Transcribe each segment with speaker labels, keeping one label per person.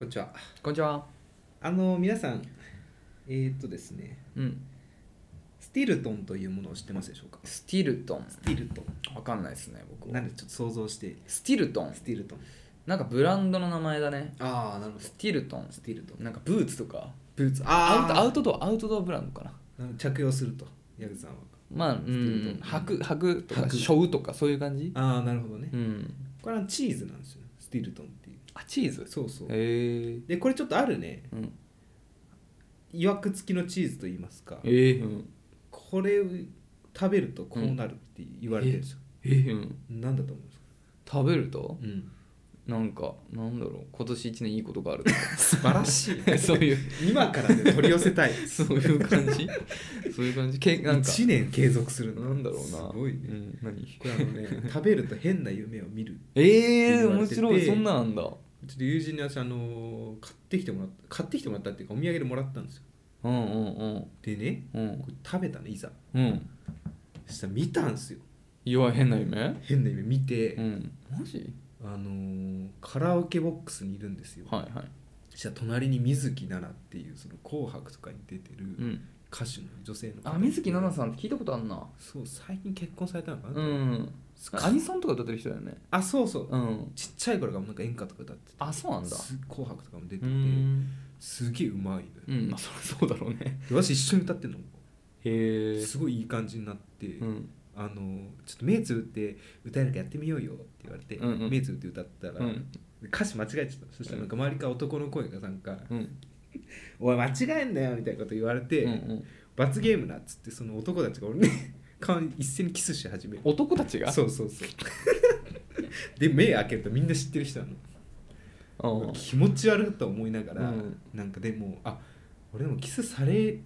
Speaker 1: こんにちは。
Speaker 2: こんにちは。
Speaker 1: あの皆さん、えー、っとですね、
Speaker 2: うん。
Speaker 1: スティルトンというものを知ってますでしょうか。
Speaker 2: スティルトン。
Speaker 1: スティルト
Speaker 2: わかんないですね、
Speaker 1: ン。
Speaker 2: 僕
Speaker 1: な
Speaker 2: は
Speaker 1: ん。でちょっと想像して、
Speaker 2: スティルトン
Speaker 1: ス。ティルトン。
Speaker 2: なんかブランドの名前だね。
Speaker 1: ああ、なるほど
Speaker 2: ス。ティルトン。
Speaker 1: スティルトン。
Speaker 2: なんかブーツとか。
Speaker 1: ブーツ。
Speaker 2: アウ
Speaker 1: あ
Speaker 2: ト
Speaker 1: あ、
Speaker 2: アウトドア、アウトドアブランドかな。
Speaker 1: うん着用すると、ヤグさんは。
Speaker 2: まあ、う
Speaker 1: スティル
Speaker 2: ん。
Speaker 1: トン
Speaker 2: 履く、履くとか、
Speaker 1: 履く
Speaker 2: ショウとか、そういう感じ
Speaker 1: ああ、なるほどね
Speaker 2: う。ん。
Speaker 1: これはチーズなんですよ。スティルトンっていう。
Speaker 2: あ、チーズ
Speaker 1: そうそう。
Speaker 2: へえ。
Speaker 1: で、これちょっとあるね、
Speaker 2: うん。
Speaker 1: いわくつきのチーズと言いますか、
Speaker 2: ええ。うん。
Speaker 1: これを食べるとこうなるって言われてるんですよ。
Speaker 2: ええ。うん。
Speaker 1: なんだと思いますか。
Speaker 2: 食べると
Speaker 1: うん。
Speaker 2: なんか、なんだろう。今年一年いいことがあ る。
Speaker 1: 素晴らしい。
Speaker 2: そういう、
Speaker 1: 今からね取り寄せ たい。
Speaker 2: そういう感じ そういう感じけなんか、
Speaker 1: 1年継続するの
Speaker 2: なんだろうな。
Speaker 1: すごいね、
Speaker 2: うん。何
Speaker 1: これあの ね食べると変な夢を見る
Speaker 2: ええ
Speaker 1: 言われ
Speaker 2: 面
Speaker 1: てて
Speaker 2: 白いそんなんあんだう
Speaker 1: ちょっと友人に私あの買ってきてもらった買ってきてもらったっていうかお土産でもらったんですよ
Speaker 2: んうんうん
Speaker 1: でね
Speaker 2: うん
Speaker 1: これ食べたのいざ
Speaker 2: うん
Speaker 1: そしたら見たんですよ
Speaker 2: いわ変な夢
Speaker 1: 変な夢見て、
Speaker 2: うんマジ
Speaker 1: あのーカラオケボックスにいるんですよ
Speaker 2: はいはい
Speaker 1: そしたら隣に水木奈々っていうその「紅白」とかに出てる
Speaker 2: うん
Speaker 1: 歌手の女性の方
Speaker 2: あ水木奈々さんって聞いたことあんな
Speaker 1: そう最近結婚されたのか
Speaker 2: う
Speaker 1: な、
Speaker 2: ん
Speaker 1: す
Speaker 2: アニソンとか歌ってる人だよね
Speaker 1: あそうそう、
Speaker 2: うん
Speaker 1: ちっちゃい頃からもなんか演歌とか歌ってて
Speaker 2: あそうなんだ
Speaker 1: す紅白とかも出て
Speaker 2: う
Speaker 1: て
Speaker 2: ん
Speaker 1: すげえうまいのよ
Speaker 2: うんまあそりゃそうだろうね
Speaker 1: で私一緒に歌ってんの
Speaker 2: へえ
Speaker 1: すごいいい感じになって、
Speaker 2: うん
Speaker 1: あのちょっと目つぶって歌えなきゃやってみようよって言われて、
Speaker 2: うんうん
Speaker 1: 目つぶって歌ったら、
Speaker 2: うん
Speaker 1: 歌詞間違えちゃったそしたらなんか周りから男の声がなんか
Speaker 2: うんうん
Speaker 1: 「おい間違えんだよ」みたいなこと言われて「
Speaker 2: うん
Speaker 1: 罰ゲームな」っつってその男たちが俺ね顔に一 斉にキスし始める
Speaker 2: 男たちが
Speaker 1: そうそうそう で目開けるとみんな知ってる人なの
Speaker 2: うん
Speaker 1: 気持ち悪いと思いながら、
Speaker 2: うん
Speaker 1: なんかでもあ俺もキスされ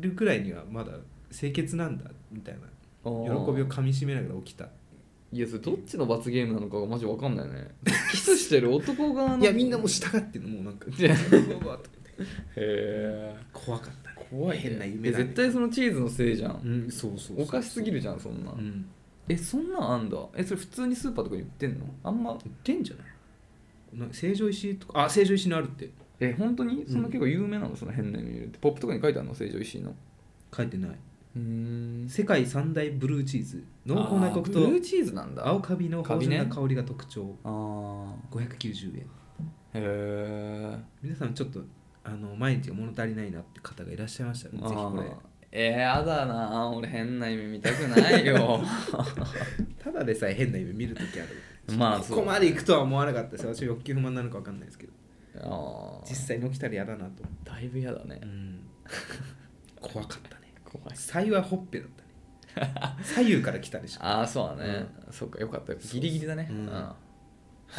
Speaker 1: るくらいにはまだ清潔なんだみたいな喜びをかみしめながら起きた
Speaker 2: いやそれどっちの罰ゲームなのかがマジわかんないねキスしてる男側の
Speaker 1: いやみんなもう従ってんのもうなん か
Speaker 2: いや
Speaker 1: うわーっと
Speaker 2: へえ
Speaker 1: 怖かったね
Speaker 2: 怖いね
Speaker 1: 変な夢だ、ね、
Speaker 2: いや絶対そのチーズのせいじゃ、
Speaker 1: うんんそうそうそう
Speaker 2: おかしすぎるじゃんそんな、
Speaker 1: うん
Speaker 2: えそんなんあんだえそれ普通にスーパーとかに売ってんのあんま
Speaker 1: 売ってんじゃないな成城石井とかあ成城石井のあるって
Speaker 2: え本当に
Speaker 1: ん
Speaker 2: そんな結構有名なの、その変な意味でポップとかに書いてあるの成城石井の
Speaker 1: 書いてないう
Speaker 2: ーん
Speaker 1: 世界三大ブルーチーズ濃厚なコクと
Speaker 2: ブルーチーズなんだ
Speaker 1: 青カビの芳醇な
Speaker 2: カビね
Speaker 1: 香りが特徴
Speaker 2: あー
Speaker 1: 590円
Speaker 2: へえ
Speaker 1: 皆さんちょっとあの毎日が物足りないなって方がいらっしゃいましたら、ね、ぜひこれ
Speaker 2: えー、やだな俺変な夢見たくな いよ
Speaker 1: ただでさえ変な夢見るときある
Speaker 2: まあ
Speaker 1: こ
Speaker 2: そう
Speaker 1: こまで行くとは思わなかったです私欲求不満なのか分かんないですけど
Speaker 2: あ
Speaker 1: 実
Speaker 2: 実
Speaker 1: 際に起きたら嫌だなと、
Speaker 2: だいぶ嫌だね
Speaker 1: うん怖かったね
Speaker 2: 怖 い
Speaker 1: 幸いほっぺだったね左右から来たでしょ
Speaker 2: ああそうだね、そっかよかったギリギリだね
Speaker 1: うん
Speaker 2: うん
Speaker 1: は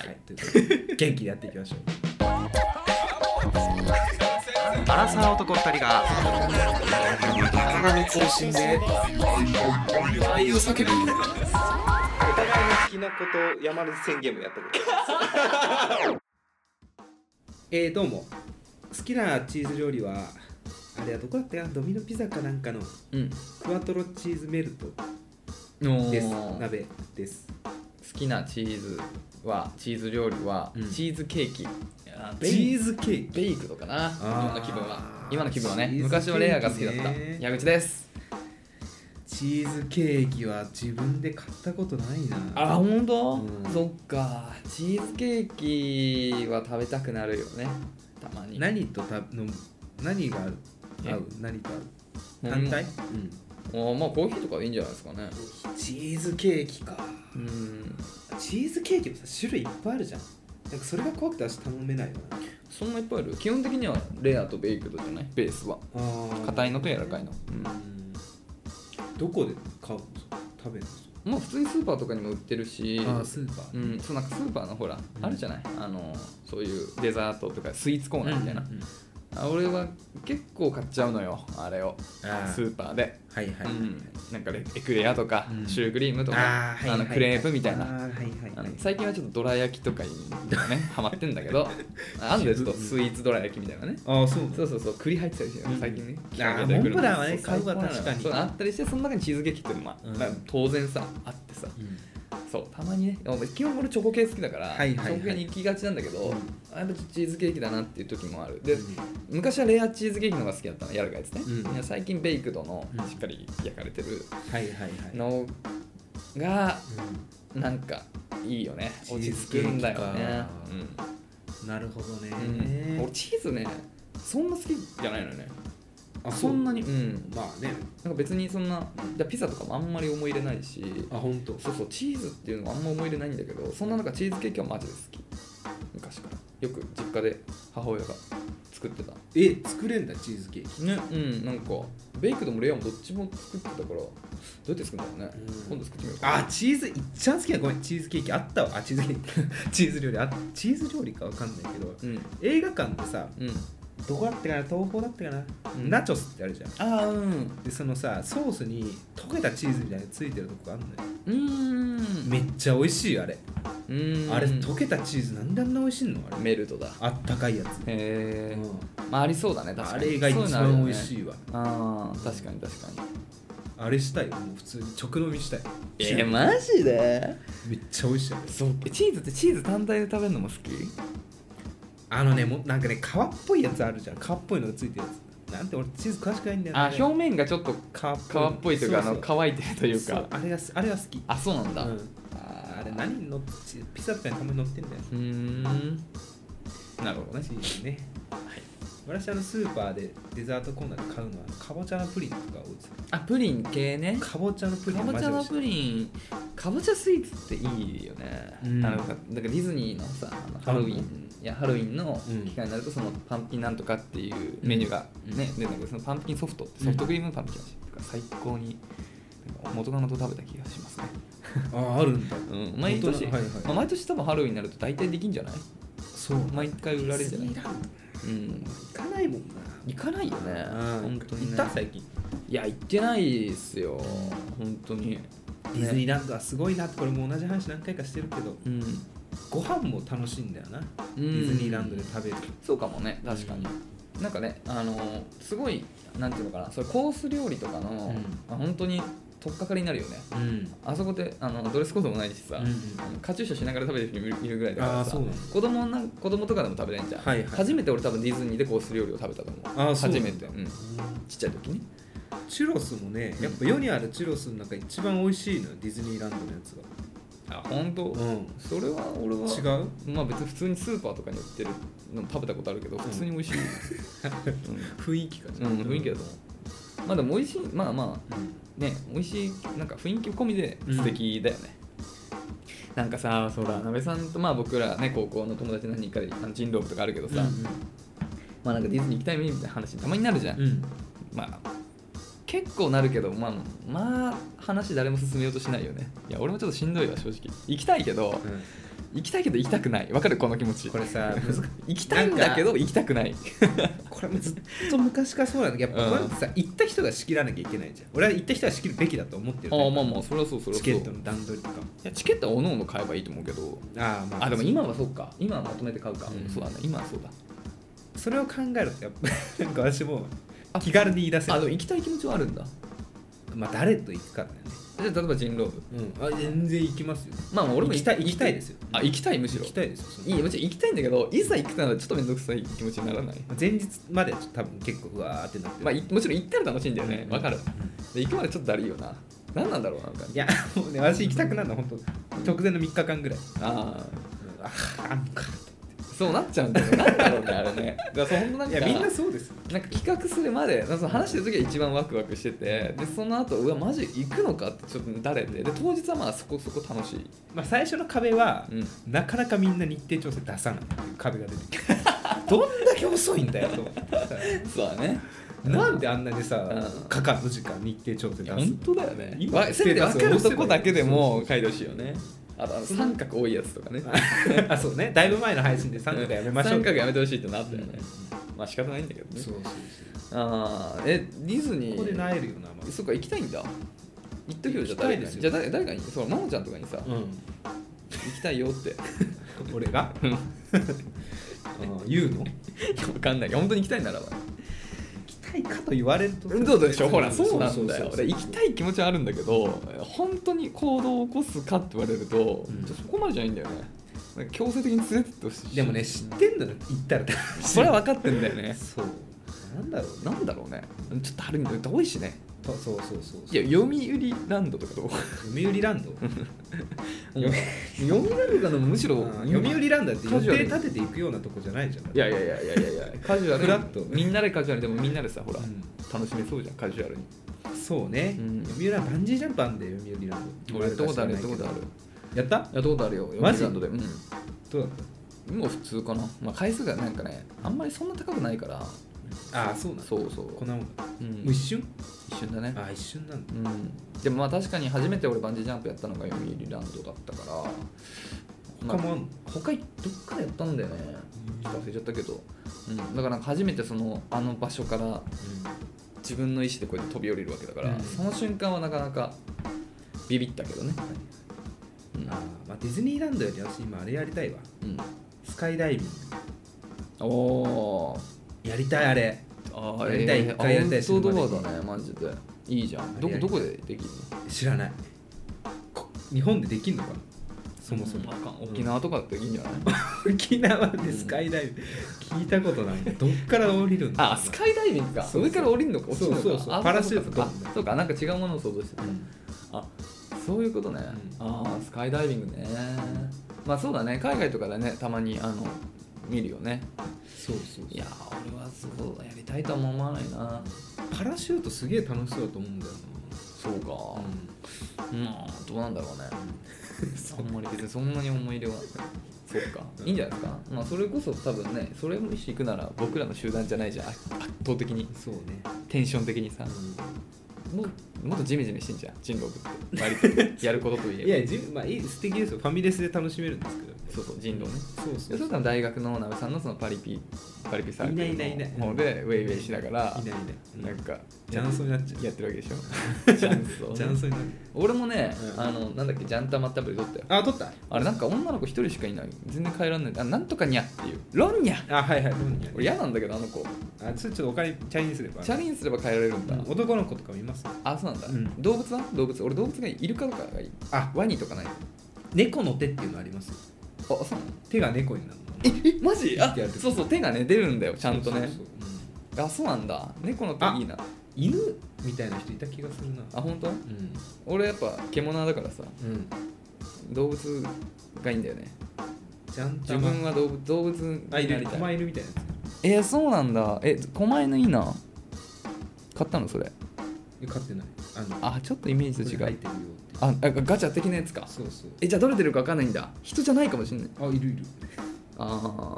Speaker 1: いということで元気でやっていきましょう
Speaker 2: バラサー男2人が
Speaker 1: 中心で
Speaker 2: 愛
Speaker 1: お互い
Speaker 2: を叫ぶ
Speaker 1: の好きなことを山根宣言もやったことです えー、どうも好きなチーズ料理はあれはどこだったかなドミノピザかなんかの
Speaker 2: うん
Speaker 1: クワトロチーズメルト
Speaker 2: お
Speaker 1: です
Speaker 2: ー
Speaker 1: 鍋です
Speaker 2: 好きなチーズはチーズ料理は、
Speaker 1: うん
Speaker 2: チーズケーキあ
Speaker 1: チ
Speaker 2: ベイ
Speaker 1: ーズケーキ
Speaker 2: ベイクとかな今
Speaker 1: あー
Speaker 2: の気分は今の気分はね
Speaker 1: チーズケーキね
Speaker 2: 昔はレアが好きだった矢口です
Speaker 1: チーズケーキは自分で買ったことないな
Speaker 2: あ本当、
Speaker 1: うん
Speaker 2: そっかチーズケーキは食べたくなるよねたまに
Speaker 1: 何とたの何が合う何と合う単体、うん、
Speaker 2: おまあコーヒーとかいいんじゃないですかね
Speaker 1: チーズケーキか
Speaker 2: うん
Speaker 1: チーズケーキもさ種類いっぱいあるじゃんなんかそれが怖くて私頼めないよな
Speaker 2: そんないっぱいある基本的にはレアとベイクドじゃないベースは
Speaker 1: あ
Speaker 2: 硬いのと柔らかいの、うん
Speaker 1: うんどこで買うの食べる
Speaker 2: まあ普通にスーパーとかにも売ってるし
Speaker 1: のあスーパー
Speaker 2: うん、そうなんかスーパーのほら、
Speaker 1: ん
Speaker 2: あるじゃないあのそういうデザートとかスイーツコーナーみたいな、
Speaker 1: うんうん
Speaker 2: あ俺は結構買っちゃうのよあれを
Speaker 1: あ
Speaker 2: ス
Speaker 1: ー
Speaker 2: ーパーで、
Speaker 1: はいはいはい
Speaker 2: うん、なんかレエクレアとか、
Speaker 1: うん
Speaker 2: シュークリームとか
Speaker 1: あーはい
Speaker 2: あのクレープみたいな
Speaker 1: あーはいはい
Speaker 2: あ
Speaker 1: は
Speaker 2: の
Speaker 1: い
Speaker 2: 最近はちょっとどら焼きとかに ねハマってんだけどああんだよちょっとスイーツどら焼きみたいなね
Speaker 1: ああそう
Speaker 2: そうそうそう栗入ってたりして
Speaker 1: うん
Speaker 2: ね最近ね
Speaker 1: あー
Speaker 2: モン
Speaker 1: モンブランはね買うわ確かに
Speaker 2: あったりしてその中にチーズケーキっていうのもまあ
Speaker 1: うん
Speaker 2: まあ当然さあってさそうたまにねでも基本俺チョコ系好きだから、
Speaker 1: はいはいはい
Speaker 2: チョコ系に行きがちなんだけど、
Speaker 1: うん
Speaker 2: あやっぱチーズケーキだなっていう時もあるで、
Speaker 1: うん
Speaker 2: 昔はレアチーズケーキの方が好きだったのやるかいですね、
Speaker 1: うん
Speaker 2: いや最近ベイクドの
Speaker 1: うん
Speaker 2: しっかり焼かれてる
Speaker 1: はいはいはい、
Speaker 2: のが
Speaker 1: う
Speaker 2: なんかいいよね
Speaker 1: チ
Speaker 2: 落ち
Speaker 1: ー
Speaker 2: 着
Speaker 1: ズ
Speaker 2: く
Speaker 1: ケーキか
Speaker 2: んだよね、
Speaker 1: ん、なるほど
Speaker 2: うん
Speaker 1: ね、
Speaker 2: 俺チーズねそんな好きじゃないのよね
Speaker 1: あ
Speaker 2: そんなに
Speaker 1: そう
Speaker 2: うん
Speaker 1: まあね
Speaker 2: なんか別にそんなじゃあピザとかもあんまり思い入れないし
Speaker 1: あ本当
Speaker 2: そうそうチーズっていうのはあんま思い入れないんだけどそんな中チーズケーキはマジで好き昔からよく実家で母親が作ってた
Speaker 1: え作れんだチーズケーキ
Speaker 2: ねうんなんかベイクドもレアもどっちも作ってたからどうやって作るんだろうね、
Speaker 1: うん
Speaker 2: 今度作ってみようか
Speaker 1: あチーズいっちゃん好きなごめんチーズケーキあったわあチーズケーキ チーズ料理あチーズ料理かわかんないけど
Speaker 2: うん
Speaker 1: 映画館でさ
Speaker 2: うん
Speaker 1: どこだったかな東宝だったかな、
Speaker 2: うん
Speaker 1: ナチョスってあるじゃん
Speaker 2: ああうん
Speaker 1: でそのさソースに溶けたチーズみたいなのついてるとこがあるのよ
Speaker 2: うーん
Speaker 1: めっちゃ美味しいよあれ、
Speaker 2: うーん
Speaker 1: あれ溶けたチーズなんであんな美味しいのあれ
Speaker 2: メルトだ
Speaker 1: あったかいやつ、
Speaker 2: へえ、
Speaker 1: うん
Speaker 2: まあありそうだね確か
Speaker 1: あ
Speaker 2: に
Speaker 1: れが一
Speaker 2: そういうのあるよ
Speaker 1: 番
Speaker 2: ね
Speaker 1: 美味しいわ
Speaker 2: ああ確かに確かに
Speaker 1: あれしたいよもう普通に直飲みしたい
Speaker 2: えマジで
Speaker 1: めっちゃ美味しいあれ
Speaker 2: そうチーズってチーズ単体で食べるのも好き
Speaker 1: あのねもうなんかね皮っぽいやつあるじゃん皮っぽいのがついてるやつなんて俺チーズ詳しくないんだよね
Speaker 2: あ表面がちょっと皮
Speaker 1: 皮っ
Speaker 2: っぽいというかあの乾いてるという
Speaker 1: そう
Speaker 2: か
Speaker 1: あれがあれが好き
Speaker 2: あそうなんだ、
Speaker 1: うん
Speaker 2: あー
Speaker 1: あれ何に乗ってピザとかにたまに乗ってんだよ
Speaker 2: うーんなるほどね
Speaker 1: チーズね私あのスーパーでデザートコーナーで買うのはかぼちゃのプリンとか多いです
Speaker 2: あプリン系ね
Speaker 1: かぼちゃのプリンは
Speaker 2: かぼ
Speaker 1: マ
Speaker 2: ち
Speaker 1: ジで
Speaker 2: ゃ
Speaker 1: 美
Speaker 2: の
Speaker 1: 味しい
Speaker 2: プリンかぼちゃスイーツっていいよね、
Speaker 1: うん
Speaker 2: なんかなんかディズニーのさあのハロウィン、
Speaker 1: う
Speaker 2: いやハロウィンの
Speaker 1: うん
Speaker 2: 機会になるとそのパンプキンなんとかっていうメニューがね、
Speaker 1: うん
Speaker 2: 出るんだけどそのパンプキンソフトってソフトクリームパンプキンだし、とか最高になんか元カノと食べた気がしますね、
Speaker 1: ああるんだ
Speaker 2: うん、毎
Speaker 1: 本当
Speaker 2: 年、
Speaker 1: だはいはい
Speaker 2: まあ毎年多分ハロウィンになると大体できんじゃない
Speaker 1: そう
Speaker 2: 毎回売られるんじゃない
Speaker 1: ディズニーランド
Speaker 2: う
Speaker 1: 行
Speaker 2: ん
Speaker 1: かないもんな
Speaker 2: 行かないよね本当に、ね、
Speaker 1: 行った最近
Speaker 2: いや行ってないですよ本当に
Speaker 1: ディズニーランドはすごいなってこれもう同じ話何回かしてるけど
Speaker 2: うん
Speaker 1: ご飯も楽しいんだよな
Speaker 2: デ
Speaker 1: ディズニーランドで食べる
Speaker 2: そうかもね確かに、なんかねあのーすごいなんていうのかなそれコース料理とかの、
Speaker 1: ん
Speaker 2: まあ本当に取っかかりになるよね
Speaker 1: うん
Speaker 2: あそこであのドレスコードもないしさ、
Speaker 1: うんうん
Speaker 2: あのカチューシャしながら食べてる人もいるぐらいだか
Speaker 1: あ
Speaker 2: ら
Speaker 1: あ
Speaker 2: さ
Speaker 1: そうなんだ
Speaker 2: 子供なん子供とかでも食べれんじゃん、
Speaker 1: はいはい
Speaker 2: 初めて俺多分ディズニーでコース料理を食べたと思う
Speaker 1: あーそうな
Speaker 2: 初
Speaker 1: んだ
Speaker 2: めて、うん、ちっちゃい時に
Speaker 1: チュロスもねやっぱ世にあるチュロスの中一番美味しいのよディズニーランドのやつが
Speaker 2: あ本当、
Speaker 1: うん
Speaker 2: それは俺は
Speaker 1: 違う
Speaker 2: まあ別に普通にスーパーとかに売ってるの食べたことあるけど普通に美 味しい、
Speaker 1: 雰囲気か
Speaker 2: うんうん、雰囲気だと思うまあでも美味しいまあま
Speaker 1: うん
Speaker 2: あね美味しいなんか雰囲気込みで素敵だよね、なんかさそうだ鍋さんとまあ僕らね高校の友達何人かであの人狼部とかあるけどさ、まあなんかディズニー行きたいねみたいな話たまになるじゃん、
Speaker 1: うんうん
Speaker 2: まあ結構なるけどまあまあ話誰も進めようとしないよねいや俺もちょっとしんどいわ正直行きたいけど行きたいけど行きたくないわかるこの気持ち
Speaker 1: これさ難しい
Speaker 2: 行きたいんだけど行きたくない
Speaker 1: これもずっと昔からそうなんだけどやっぱこれってさ行った人が仕切らなきゃいけないじゃん俺は行った人は仕切るべきだと思ってる
Speaker 2: あ
Speaker 1: タイプ
Speaker 2: あまあまあそれはそうそれはそ
Speaker 1: チ
Speaker 2: う
Speaker 1: ケットの段取りとかも
Speaker 2: いやチケットはおのおの買えばいいと思うけど
Speaker 1: ああまあ
Speaker 2: あでも今はそうか今はまとめて買うか、
Speaker 1: うん
Speaker 2: そうだね今はそうだ
Speaker 1: それを考えるとやっぱ なんか私も
Speaker 2: あ
Speaker 1: 気軽に言い出せ
Speaker 2: あ
Speaker 1: る
Speaker 2: でも行きたい気持ちはあるんだ
Speaker 1: まあ誰と行くかだよ
Speaker 2: じゃあ例えば人狼部
Speaker 1: ねうんあ全然行きますよ
Speaker 2: まあ俺も
Speaker 1: 行きたい行きたいですよ
Speaker 2: あ行きたいむしろ
Speaker 1: 行きたいですよその
Speaker 2: いいもちろん行きたいんだけどいざ行くとならちょっと面倒くさい気持ちにならない
Speaker 1: 前日まではちょっと多分結構うわーってなってる
Speaker 2: まあいもちろん行ったら楽しいんだよね
Speaker 1: うん
Speaker 2: わかるで行くまでちょっとだるいよな何なんだろうなんか
Speaker 1: いやもうね私行きたくなるのは本当直前の3日間ぐらい、
Speaker 2: あ
Speaker 1: ああなんか
Speaker 2: あそうなっちゃうんだよなんだろうねあれねだからそんないなん
Speaker 1: や
Speaker 2: か
Speaker 1: みんなそうですよ
Speaker 2: なんか企画するまでなんかその話してる時は一番ワクワクしててでその後うわマジ行くのかってちょっと誰でで当日はまあそこそこ楽しい、
Speaker 1: まあ、最初の壁は、
Speaker 2: うん、
Speaker 1: なかなかみんな日程調整出さないっていう壁が出てく るどんだけ遅いんだよと 思って
Speaker 2: そうだね
Speaker 1: なんであんなにさ、
Speaker 2: うん
Speaker 1: かかる時間日程調整
Speaker 2: いや
Speaker 1: 出す
Speaker 2: 本当だよね
Speaker 1: 今
Speaker 2: わせめて分かるとこだけでも
Speaker 1: そうそうそう
Speaker 2: 書いてほしいよねあとあの三角多いやつとかね
Speaker 1: あそうねだいぶ前の配信で3とかやめましょう
Speaker 2: 三角やめてほしいってなったよね
Speaker 1: う
Speaker 2: まあ仕方ないんだけど
Speaker 1: ん
Speaker 2: ね
Speaker 1: そうそう
Speaker 2: ああえディズ
Speaker 1: そう
Speaker 2: ニ
Speaker 1: ここで
Speaker 2: ー
Speaker 1: 萎えるよな、まあ
Speaker 2: そっか行きたいんだ行っときよじゃ
Speaker 1: 行き
Speaker 2: あ
Speaker 1: た
Speaker 2: 誰
Speaker 1: い
Speaker 2: か
Speaker 1: で
Speaker 2: に
Speaker 1: すよ
Speaker 2: じゃあ誰誰かにそうももちゃんとかにさ
Speaker 1: う
Speaker 2: 行きたいよって
Speaker 1: ん、俺が
Speaker 2: うん
Speaker 1: あー言うの
Speaker 2: いやわかんない本当に行きたいならば行きた
Speaker 1: たいかと言われると
Speaker 2: そうでしょほらそうなんだよ
Speaker 1: そうそうそう
Speaker 2: 俺行きたい気持ちはあるんだけど本当に行動を起こすかって言われると、
Speaker 1: うん
Speaker 2: ちょそこまでじゃないんだよねなんか強制的に連れてってほしいし
Speaker 1: でもね知ってんだよ行ったら
Speaker 2: それは分かってんだよね
Speaker 1: そうなんだろうね
Speaker 2: なんだろうねちょっと春に遠いしね
Speaker 1: そうそうそうそう
Speaker 2: いや読売ランドとかどう
Speaker 1: 読売ランド
Speaker 2: 読みランドのむしろ
Speaker 1: あー読売ランドだって
Speaker 2: カジ
Speaker 1: 予
Speaker 2: ュ
Speaker 1: 定
Speaker 2: アルに
Speaker 1: 立てていくようなとこじゃないじゃん
Speaker 2: いやいやいやいやいやいやカジュアルに
Speaker 1: フラット
Speaker 2: みんなでカジュアルでもみんなでさほら、
Speaker 1: うん
Speaker 2: 楽しめそうじゃんカジュアルに
Speaker 1: そうね、
Speaker 2: うん
Speaker 1: 読売ランドバンジージャンプあんで読売ランド
Speaker 2: 俺やったことあるやったことある
Speaker 1: やった
Speaker 2: やったことあるよ読
Speaker 1: マジ
Speaker 2: 売ランドでうん
Speaker 1: どうだっ
Speaker 2: もう普通かな、まあ、回数がなんかねあんまりそんな高くないから
Speaker 1: たああそうなんだ
Speaker 2: そうそう、
Speaker 1: こんなもんか、
Speaker 2: うん、
Speaker 1: もう一
Speaker 2: 一
Speaker 1: 瞬
Speaker 2: 瞬だね
Speaker 1: ああ一瞬なんだ
Speaker 2: うんでもまあ確かに初めて俺バンジージャンプやったのが読売ランドだったから
Speaker 1: 他もあんの、
Speaker 2: まあ他どっからやったんだよねちょっと忘れちゃったけど、うん、だからなんか初めてそのあの場所から自分の意思でこうやって飛び降りるわけだから、
Speaker 1: うん
Speaker 2: その瞬間はなかなかビビったけどね、うん
Speaker 1: あーまあディズニーランドより私今あれやりたいわ
Speaker 2: うん、
Speaker 1: スカイダイビン
Speaker 2: おお
Speaker 1: グやりたいあれ
Speaker 2: あ
Speaker 1: やりたい一回やりたい
Speaker 2: アウトドアだねマジでいいじゃんどこ
Speaker 1: やりた
Speaker 2: ど
Speaker 1: い
Speaker 2: こでできるの
Speaker 1: 知らないこ日本でできんのかそもそも、
Speaker 2: 沖縄とかだっていいんじゃない
Speaker 1: 沖縄でスカイダイビング、聞いたことないどっから降りるんだ
Speaker 2: あスカイダイビングか
Speaker 1: そうそう
Speaker 2: 上から降りるのか落ちるのか
Speaker 1: そうそうそう
Speaker 2: あ
Speaker 1: パラシュート
Speaker 2: そうか
Speaker 1: 飛ぶんだ
Speaker 2: そうかなんか違うものを想像してた、
Speaker 1: うん
Speaker 2: あそういうことね、
Speaker 1: う
Speaker 2: ああスカイダイビングねまあそうだね海外とかでねたまにあの見るよね
Speaker 1: そうそう
Speaker 2: いやー俺はそうやりたいとは思わないな
Speaker 1: パラシュートすげえ楽しそうだと思うんだよ
Speaker 2: そう
Speaker 1: な、
Speaker 2: かうんどうなんだろう ねあんまり別にそんなに思い入れはそうかいいんじゃないですか、まあ、それこそ多分ねそれもし行くなら僕らの集団じゃないじゃんあ圧倒的に
Speaker 1: そうね、
Speaker 2: テンション的にさもうもっとジメジメしてんじゃん人狼って 割とやることといえば
Speaker 1: いや自分まあいい素敵ですよファミレスで楽しめるんですけど
Speaker 2: そうそう人狼ね
Speaker 1: そう
Speaker 2: でそれとは大学のなべさんのそのパリピパリピサーク
Speaker 1: いないいないい
Speaker 2: ル
Speaker 1: ない
Speaker 2: の方でウェイウェイしながら
Speaker 1: いないいな
Speaker 2: ないんか
Speaker 1: ジャンソンになっちゃう
Speaker 2: やってるわ けでしょジャンソン
Speaker 1: ジャンソンになる
Speaker 2: 俺もね、
Speaker 1: うん
Speaker 2: あのなんだっけジャンタマってアプリ取ったよ
Speaker 1: あ取った
Speaker 2: あれなんか女の子一人しかいない全然帰らんないあなんとかにゃっていうロンニャ
Speaker 1: あはいはい
Speaker 2: 俺嫌なんだけどあの子
Speaker 1: あそれちょっとお金チャインすれば
Speaker 2: チャリンすれば帰られるんだ、
Speaker 1: 男の子とかもいます
Speaker 2: あそうなんだ、
Speaker 1: うん
Speaker 2: 動物は動物俺動物がイルカとかがいい
Speaker 1: あ
Speaker 2: ワニとかないあ
Speaker 1: 猫の手っていうのありますよ
Speaker 2: そうなの
Speaker 1: 手が猫になるの
Speaker 2: ええマジ
Speaker 1: っ
Speaker 2: あ
Speaker 1: てやる
Speaker 2: そうそう手がね出るんだよちゃんとね
Speaker 1: そうそうそううん
Speaker 2: あそうなんだ猫の
Speaker 1: あ
Speaker 2: 手いいな
Speaker 1: 犬みたいな人いた気がするな
Speaker 2: あ本当
Speaker 1: うん
Speaker 2: 俺やっぱ獣だからさ
Speaker 1: うん
Speaker 2: 動物がいいんだよね
Speaker 1: ちゃんと
Speaker 2: 自分は動物動物に
Speaker 1: あ
Speaker 2: ないりた
Speaker 1: る
Speaker 2: い
Speaker 1: 狛犬みたいなや
Speaker 2: えそうなんだえ狛犬いいな買ったのそれ
Speaker 1: つ飼ってないあの
Speaker 2: あちょっとイメージ
Speaker 1: これ入
Speaker 2: と違
Speaker 1: っ
Speaker 2: う
Speaker 1: てるよっ
Speaker 2: ああガチャ的なやつか
Speaker 1: てそうそう
Speaker 2: えじゃあどれ出るか分かんないんだ人じゃないかもしんない
Speaker 1: あいるいる
Speaker 2: あ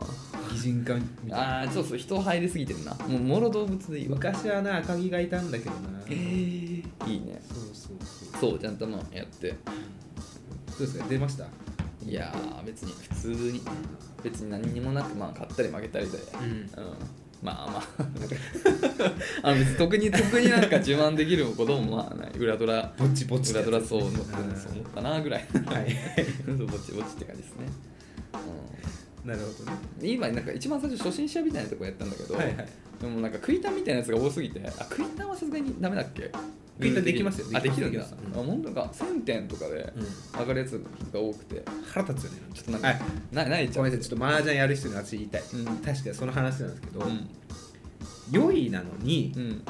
Speaker 1: 擬人化みたい
Speaker 2: ー
Speaker 1: な
Speaker 2: あーそうそう人入りすぎてるなもうもろ動物でいいわ
Speaker 1: 昔はな赤木がいたんだけどな
Speaker 2: えー、いいね
Speaker 1: そうそうそうど
Speaker 2: そうちゃんとまあやって
Speaker 1: うですか出ました
Speaker 2: いやー別に普通に別に何にもなくまあ勝ったり負けたりで
Speaker 1: うん
Speaker 2: うんまあま ああの別に特に特になんか自慢できることもまあない裏ドラ
Speaker 1: ぼっちぼっち
Speaker 2: 裏ドラそう思っ
Speaker 1: ん
Speaker 2: そう思ったなぐらい
Speaker 1: はい
Speaker 2: そうぼちぼちって感じですね、
Speaker 1: なるほどね
Speaker 2: うん、今なんか一番最初初心者みたいなとこやったんだけど、
Speaker 1: はいはい
Speaker 2: でもなんかクイタンみたいなやつが多すぎてあクイタンはさすがにダメだっけ
Speaker 1: クイタンできますよ
Speaker 2: あできるん
Speaker 1: でき
Speaker 2: だ、
Speaker 1: ますできます
Speaker 2: あ本当か1000点とかで上がるやつが多くて
Speaker 1: 腹立つよね
Speaker 2: ちょっとなんか、
Speaker 1: はい
Speaker 2: ないないち
Speaker 1: ご
Speaker 2: ゃ
Speaker 1: め
Speaker 2: うん
Speaker 1: なさいちょっと麻雀やる人に私言いたい
Speaker 2: うん
Speaker 1: 確かにその話なんですけど
Speaker 2: うん
Speaker 1: 良いなのに
Speaker 2: うん、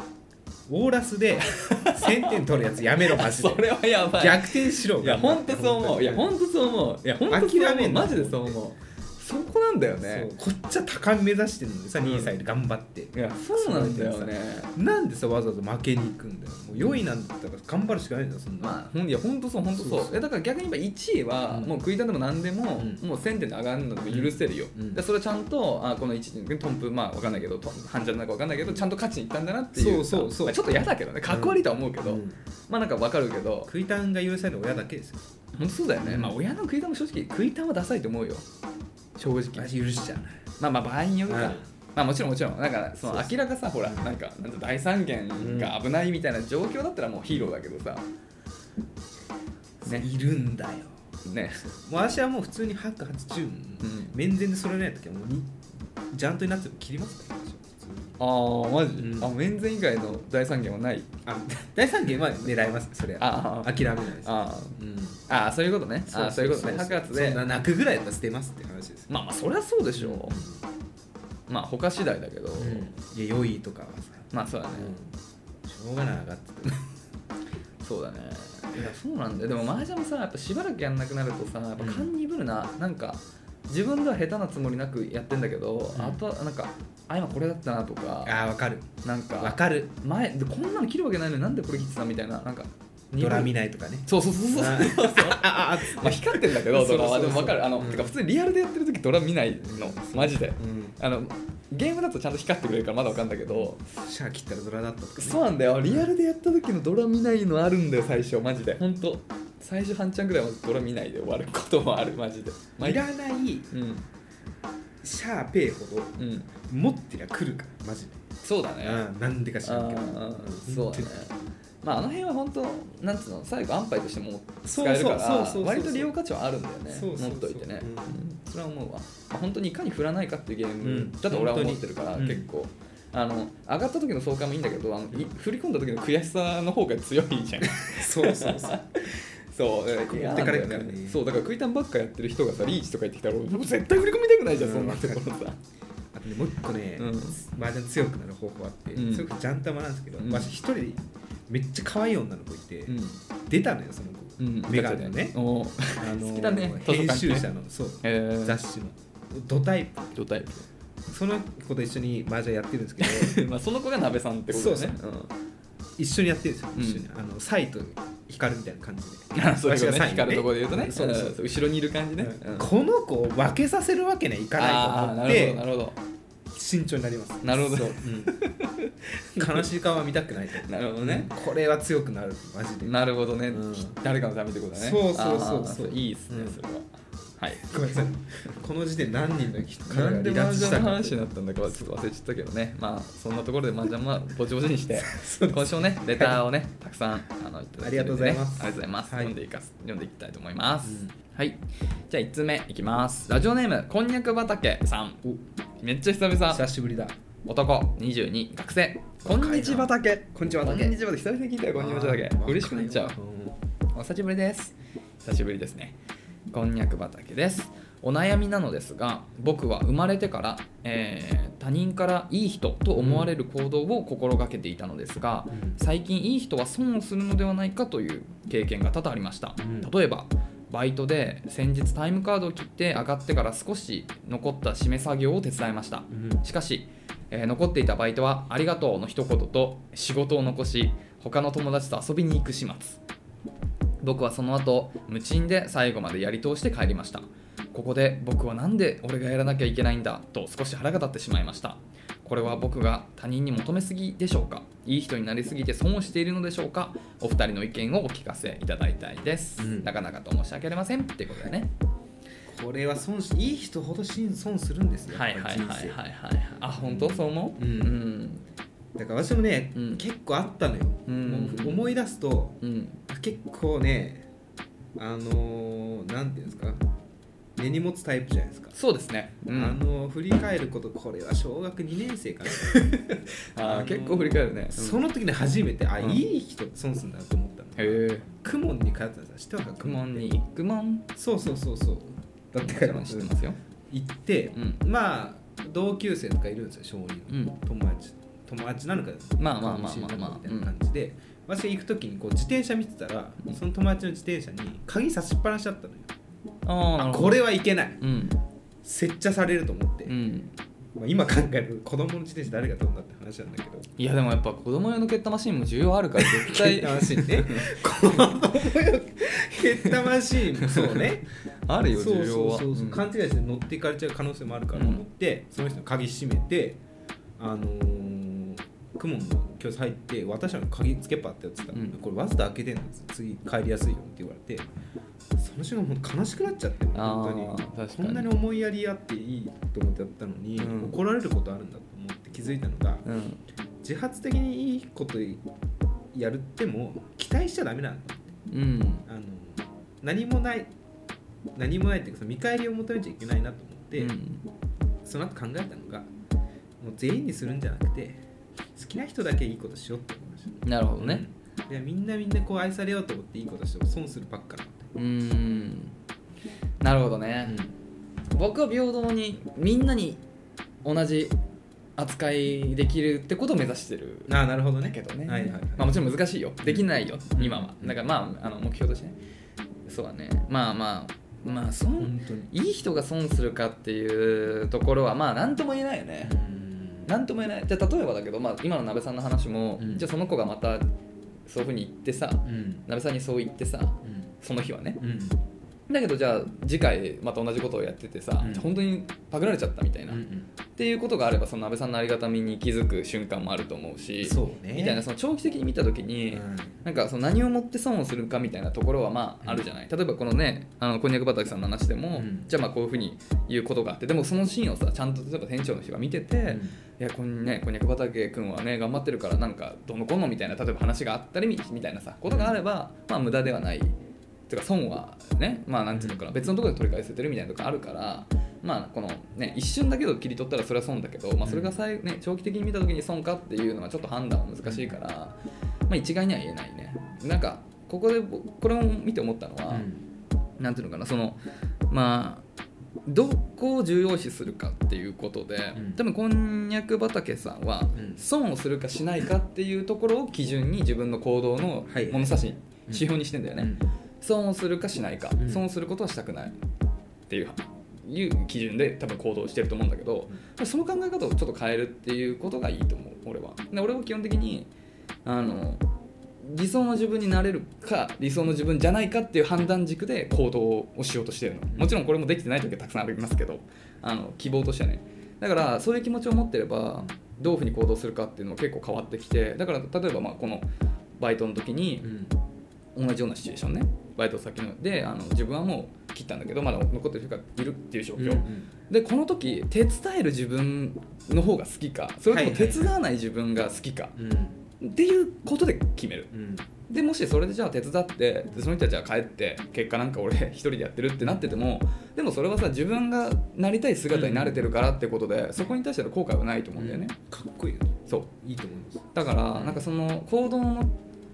Speaker 1: オーラスで1000点取るやつやめろマジで
Speaker 2: それはやばい
Speaker 1: 逆転しろ
Speaker 2: いや本当そう思ういや
Speaker 1: ん
Speaker 2: 本当そう思ういや本当そう
Speaker 1: 諦
Speaker 2: 思
Speaker 1: め
Speaker 2: うん
Speaker 1: な
Speaker 2: マジでそう思うそこなんだよね
Speaker 1: こっちは高み目指してるのにさ
Speaker 2: うん
Speaker 1: 2歳で頑張って
Speaker 2: いやそうなんだよね
Speaker 1: なんでさわざわざ負けに行くんだよもう良いなんだったら頑張るしかないんだよそんな
Speaker 2: まあほんいや本当そう本当そう
Speaker 1: そうそう
Speaker 2: いやだから逆に言えば1位は、
Speaker 1: うん
Speaker 2: もう食いたんでも何でも、
Speaker 1: うん
Speaker 2: もう1000点で上がるのでも許せるよ、
Speaker 1: うん
Speaker 2: でそれはちゃんとあこの1位トンプまあ分かんないけどトン半じゃなんか分かんないけどちゃんと勝ちに行ったんだなっていう
Speaker 1: そうそうそう
Speaker 2: まあちょっと嫌だけどねかっこ悪いとは思うけど、
Speaker 1: うん
Speaker 2: まあなんか分かるけど
Speaker 1: 食いたんが許せるのは親だけですよ
Speaker 2: 本当そうだよね、
Speaker 1: うん
Speaker 2: まあ親の食いたんも正直食いたんはダサいと思うよ正直
Speaker 1: 私許しちゃうな
Speaker 2: まあまあ場合によるか、
Speaker 1: うん
Speaker 2: まあもちろんもちろんなんかその
Speaker 1: そうそう
Speaker 2: 明らかさほらなんかなんか大三元が危ないみたいな状況だったらもうヒーローだけどさね
Speaker 1: いるんだよ
Speaker 2: ね
Speaker 1: もう私はもう普通にハック初チューン、
Speaker 2: うん
Speaker 1: 面前でそれない時はもうにジャントになっても切りますから私は普通に
Speaker 2: あ
Speaker 1: う
Speaker 2: あマジ、
Speaker 1: ん
Speaker 2: あ面前以外の大産業はない
Speaker 1: あ 第三元は狙いますそれは
Speaker 2: あー
Speaker 1: 諦めないです
Speaker 2: あ
Speaker 1: うん
Speaker 2: ーあーそういうことねあーそういうことね白髪
Speaker 1: そん
Speaker 2: で
Speaker 1: な泣くぐらいだったら捨てますって話です
Speaker 2: まあまあそりゃそうでしょ、まあ他次第だけど、
Speaker 1: うんいや良いとかはさ、
Speaker 2: まあそうだね、
Speaker 1: うん、しょうがない上がってても
Speaker 2: そうだねいやそうなんだよでも麻雀もさやっぱしばらくやんなくなるとさやっぱ勘鈍るな、なんか自分では下手なつもりなくやってんだけど、
Speaker 1: うん
Speaker 2: あとはなんかあ今これだったなとか
Speaker 1: ああわかる
Speaker 2: なん
Speaker 1: わ
Speaker 2: か
Speaker 1: かる
Speaker 2: 前でこんなの切るわけないのになんでこれ切ってたみたいななんか
Speaker 1: ドラ見ないとかね
Speaker 2: そうそうそうそう
Speaker 1: あ
Speaker 2: そうそう
Speaker 1: あああつって
Speaker 2: まあ光ってんだけど
Speaker 1: そうそうそ
Speaker 2: ドラ
Speaker 1: う
Speaker 2: はでも分かるあの、
Speaker 1: うん
Speaker 2: てか普通にリアルでやってる時ドラ見ないのマジで
Speaker 1: うん
Speaker 2: あのゲームだとちゃんと光ってくれるからまだ分かるんだけど
Speaker 1: シャア切ったらドラだったとか、ね、
Speaker 2: そうなんだよリアルでやった時のドラ見ないのあるんだよ最初マジで本当最初半ちゃんぐらいはドラ見ないで終わることもあるマジで毎
Speaker 1: い
Speaker 2: 回
Speaker 1: らない
Speaker 2: うん
Speaker 1: シャアペイほど
Speaker 2: うん
Speaker 1: 持ってりゃ来るからマジで、
Speaker 2: そうだね
Speaker 1: うん、なんでか知らんけど
Speaker 2: あーそうだねまああの辺は本当なんつうの最後安牌としても使
Speaker 1: そうそう
Speaker 2: えるから
Speaker 1: そうそうそうそう
Speaker 2: 割と利用価値はあるんだよね
Speaker 1: そうそうそう
Speaker 2: 持っといてね、
Speaker 1: うん
Speaker 2: うんそれは思うわ、まあ、本当にいかに振らないかっていうゲー
Speaker 1: う
Speaker 2: ム
Speaker 1: ん
Speaker 2: だと俺は思ってるから、
Speaker 1: 本当に
Speaker 2: 結構あの上がった時の爽快もいいんだけどあのい振り込んだ時の悔しさの方が強い じゃん
Speaker 1: そうそうそう
Speaker 2: そう
Speaker 1: 結構持ってかれるからね
Speaker 2: 嫌なんだよそうだからクイタンばっかやってる人がさリーチとか言ってきたら俺もう絶対振り込みたくないじゃん、そんなところさ
Speaker 1: あとねもう一個ね、
Speaker 2: うん
Speaker 1: 麻雀強くなる方法あって、
Speaker 2: うん
Speaker 1: それこそジャンタマなんですけど、
Speaker 2: うん
Speaker 1: 私一人でめっちゃ可愛い女の子いて、
Speaker 2: う
Speaker 1: 出たのよその子、
Speaker 2: ん、
Speaker 1: メガネのね
Speaker 2: おう
Speaker 1: あのー
Speaker 2: 好きだね
Speaker 1: 編集者の、そう
Speaker 2: えー、
Speaker 1: 雑誌のドタイプ
Speaker 2: ドタイプ
Speaker 1: その子と一緒に麻雀やってるん ですけど
Speaker 2: まあその子が鍋さんってことだね。
Speaker 1: 一緒にやってるんですよ
Speaker 2: うん
Speaker 1: 一緒に、あのサイと光るみたいな感じで
Speaker 2: うんそういう
Speaker 1: 私
Speaker 2: こと
Speaker 1: が
Speaker 2: ね。
Speaker 1: サインね
Speaker 2: 光るところで言うとね、
Speaker 1: そうそう
Speaker 2: うん後ろにいる感じね。うん
Speaker 1: この子を分けさせるわけにはいか
Speaker 2: ああー、な
Speaker 1: ない
Speaker 2: る
Speaker 1: と
Speaker 2: ほ
Speaker 1: 思
Speaker 2: ど、
Speaker 1: っ
Speaker 2: なるほど。
Speaker 1: て慎重になります
Speaker 2: なるほど
Speaker 1: そううん 悲しい顔は見たくないと
Speaker 2: なるほどね。
Speaker 1: これは強くなるマジで
Speaker 2: なるほどね
Speaker 1: うん。
Speaker 2: 誰かのためってことだね。
Speaker 1: そうそうそう
Speaker 2: あー
Speaker 1: そう
Speaker 2: いいですね
Speaker 1: うん、
Speaker 2: それは。はい。
Speaker 1: ごめんなさいこの時点何人の人から
Speaker 2: なんで
Speaker 1: 離
Speaker 2: 麻
Speaker 1: 脱し
Speaker 2: 雀
Speaker 1: た
Speaker 2: の
Speaker 1: か
Speaker 2: 話になったんだかはちょっと忘れちゃったけどねまあそんなところで麻雀はぼちぼちにして
Speaker 1: そうです
Speaker 2: 今週もねレターをねたくさんあのいただいてる
Speaker 1: ありがとう
Speaker 2: んでね
Speaker 1: ございます
Speaker 2: ありがとうございます、
Speaker 1: はい
Speaker 2: 読んでいかす読んでいきたいと思います、
Speaker 1: うん
Speaker 2: はいじゃあ1つ目いきますラジオネームこんにゃく畑さんめっちゃ久々
Speaker 1: 久しぶりだ
Speaker 2: 男22学生こんにちは畑
Speaker 1: こんにちは
Speaker 2: こん
Speaker 1: 畑
Speaker 2: にちは畑久々に聞いたよこんにちは畑嬉しくなっちゃうお久しぶりです久しぶりですねこんにゃく畑ですお悩みなのですが僕は生まれてから、えー他人からいい人と思われる行動を心がけていたのですが、
Speaker 1: うん
Speaker 2: 最近いい人は損をするのではないかという経験が多々ありました、
Speaker 1: うん
Speaker 2: 例えばバイトで先日タイムカードを切って上がってから少し残った締め作業を手伝いました、しかし、えー残っていたバイトは「ありがとう」の一言と仕事を残し他の友達と遊びに行く始末僕はその後無賃で最後までやり通して帰りましたここで僕はなんで俺がやらなきゃいけないんだと少し腹が立ってしまいましたこれは僕が他人に求めすぎでしょうかいい人になりすぎて損をしているのでしょうかお二人の意見をお聞かせいただいたいです、
Speaker 1: うん
Speaker 2: なかなかと申し訳ありませんっていうことだよね
Speaker 1: これは損しいい人ほどしん損するんですよ
Speaker 2: はいはいはい
Speaker 1: 人
Speaker 2: はい
Speaker 1: 生
Speaker 2: はいはいあ本当そう思う
Speaker 1: うん
Speaker 2: うん
Speaker 1: だから私もね、
Speaker 2: うん
Speaker 1: 結構あったのよ、
Speaker 2: うん
Speaker 1: もう思い出すと
Speaker 2: うん
Speaker 1: 結構ねあのー、なんていうんですか根に持つタイプじゃないですか、
Speaker 2: そうですね、うん、
Speaker 1: あのー振り返ることこれは小学2年生かな
Speaker 2: あー結構振り返るね、うん
Speaker 1: その時に初めてあ、
Speaker 2: うん
Speaker 1: いい人損すんだなと思ったの
Speaker 2: へえ
Speaker 1: クモンに通ってたんですよ知ってますか
Speaker 2: くもんに
Speaker 1: って
Speaker 2: 行くもん
Speaker 1: そうそうそうそうだってから
Speaker 2: 知ってますよ
Speaker 1: 行って
Speaker 2: う、ん
Speaker 1: まあ同級生とかいるんですよ小児の、
Speaker 2: うん
Speaker 1: 友達友達なのか
Speaker 2: まあまあまあまあまあ
Speaker 1: 知らないみたいな感じで、私が行く時にこう自転車見てたら、
Speaker 2: うん
Speaker 1: その友達の自転車に鍵差しっぱなしだったのよ、
Speaker 2: あーな
Speaker 1: あ
Speaker 2: るほど
Speaker 1: これはいけない
Speaker 2: うん
Speaker 1: 接着されると思って、
Speaker 2: うん
Speaker 1: まあ、今考えると子供の自転車誰が飛んだって話なんだけど
Speaker 2: いやでもやっぱ子供用の蹴ったマシンも需要 あるから絶
Speaker 1: ヘッ
Speaker 2: 対
Speaker 1: ダマシンね子供よヘッダマシンそうね
Speaker 2: あるよ
Speaker 1: そう
Speaker 2: 需要は
Speaker 1: そうそうそう、
Speaker 2: うん
Speaker 1: 勘違いして乗っていかれちゃう可能性もあるからと思って、その人の鍵閉めてあのー、クモンの教室入って私らの鍵つけっぱってやってた、
Speaker 2: うん
Speaker 1: これわざと開けてんの次帰りやすいよって言われてその瞬間もう悲しくなっちゃって
Speaker 2: あー
Speaker 1: 本当に
Speaker 2: 確か
Speaker 1: こ
Speaker 2: に
Speaker 1: んなに思いやりやっていいと思ってやったのに、
Speaker 2: うん
Speaker 1: 怒られることあるんだと思って気づいたのが
Speaker 2: うん
Speaker 1: 自発的にいいことやるっても期待しちゃダメなんだ
Speaker 2: うん
Speaker 1: あの何もない何もないっていうかその見返りを求めちゃいけないなと思って、
Speaker 2: うん
Speaker 1: その後考えたのがもう全員にするんじゃなくて好きな人だけいいことしようって思いまし
Speaker 2: なるほど
Speaker 1: た
Speaker 2: ね、
Speaker 1: うんいやみんなみんなこう愛されようと思っていいことしても損するばっかだって
Speaker 2: うーんなるほどね、僕は平等にみんなに同じ扱いできるってことを目指してる
Speaker 1: ああなるほど
Speaker 2: だ
Speaker 1: ね
Speaker 2: けどね、
Speaker 1: はいはいはい、
Speaker 2: まあ、もちろん難しいよできないよ
Speaker 1: うん
Speaker 2: 今はだからまああの目標としてねそうだねまあまあまあ損
Speaker 1: 本当に
Speaker 2: いい人が損するかっていうところはまあ何とも言えないよね何とも言えないじゃあ例えばだけど、まあ、今の鍋さんの話も、
Speaker 1: うん
Speaker 2: じゃあその子がまたそういうふうに言ってさ
Speaker 1: うん
Speaker 2: 鍋さんにそう言ってさ
Speaker 1: うん
Speaker 2: その日はね
Speaker 1: うんうん
Speaker 2: だけどじゃあ次回また同じことをやっててさ、
Speaker 1: うん
Speaker 2: 本当にパクられちゃったみたいな、
Speaker 1: う
Speaker 2: っ
Speaker 1: ん
Speaker 2: ていうことがあればその安倍さんのありがたみに気づく瞬間もあると思う
Speaker 1: うん
Speaker 2: し
Speaker 1: そうね
Speaker 2: みたいなその長期的に見た時
Speaker 1: う
Speaker 2: に、
Speaker 1: ん
Speaker 2: なんかその何をもって損をするかみたいなところはま
Speaker 1: うん
Speaker 2: ああるじゃない、例えばこのねあのこんにゃく畑さんの話でも、
Speaker 1: うん
Speaker 2: じゃあまあこういうふうに言うことがあってでもそのシーンをさちゃんと例えば店長の人が見てて、
Speaker 1: う
Speaker 2: い
Speaker 1: ん
Speaker 2: やこん,、ね、こんにゃく畑君はね頑張ってるからなんかどうのこうのみたいな例えば話があったりみみたいなさことがあれば、まあ無駄ではないてか損はねまあなんていうのかな、別のところで取り返せてるみたいなとこあるから。まあこのね、一瞬だけど切り取ったらそれは損だけど、まあ、それが最、ね、長期的に見た時に損かっていうのはちょっと判断は難しいから、まあ、一概には言えないねなんかここでぼこれを見て思ったのは、なんていうのかなそのまあどこを重要視するかっていうことで、
Speaker 1: うん
Speaker 2: 多分こんにゃく畑さんは
Speaker 1: うん
Speaker 2: 損をするかしないかっていうところを基準に自分の行動の
Speaker 1: はい
Speaker 2: 物差し、
Speaker 1: うん
Speaker 2: 指標にしてんだよね、損をするかしないか、
Speaker 1: うん
Speaker 2: 損をすることはしたくないっていういう基準で多分行動してると思うんだけど、その考え方をちょっと変えるっていうことがいいと思う俺はで俺は基本的にあの理想の自分になれるか理想の自分じゃないかっていう判断軸で行動をしようとしてるのもちろんこれもできてない時はたくさんありますけどあの希望としてはねだからそういう気持ちを持ってればどういうふうに行動するかっていうのも結構変わってきてだから例えばまあこのバイトの時に、
Speaker 1: うん
Speaker 2: 同じようなシチュエーションねバイト先のであの自分はもう切ったんだけどまだ残ってる人がいるっていう状況、
Speaker 1: うん
Speaker 2: でこの時手伝える自分の方が好きかそれとも
Speaker 1: はいはい
Speaker 2: 手伝わない自分が好きか
Speaker 1: うん
Speaker 2: っていうことで決める
Speaker 1: うん
Speaker 2: でもしそれでじゃあ手伝ってでその人はじゃあ帰って結果なんか俺一人でやってるってなっててもでもそれはさ自分がなりたい姿に慣れてるからってことでそこに対しての後悔はないと思うんだよね、
Speaker 1: かっこいいよね
Speaker 2: そう
Speaker 1: いいと思います
Speaker 2: だからなんかその行動の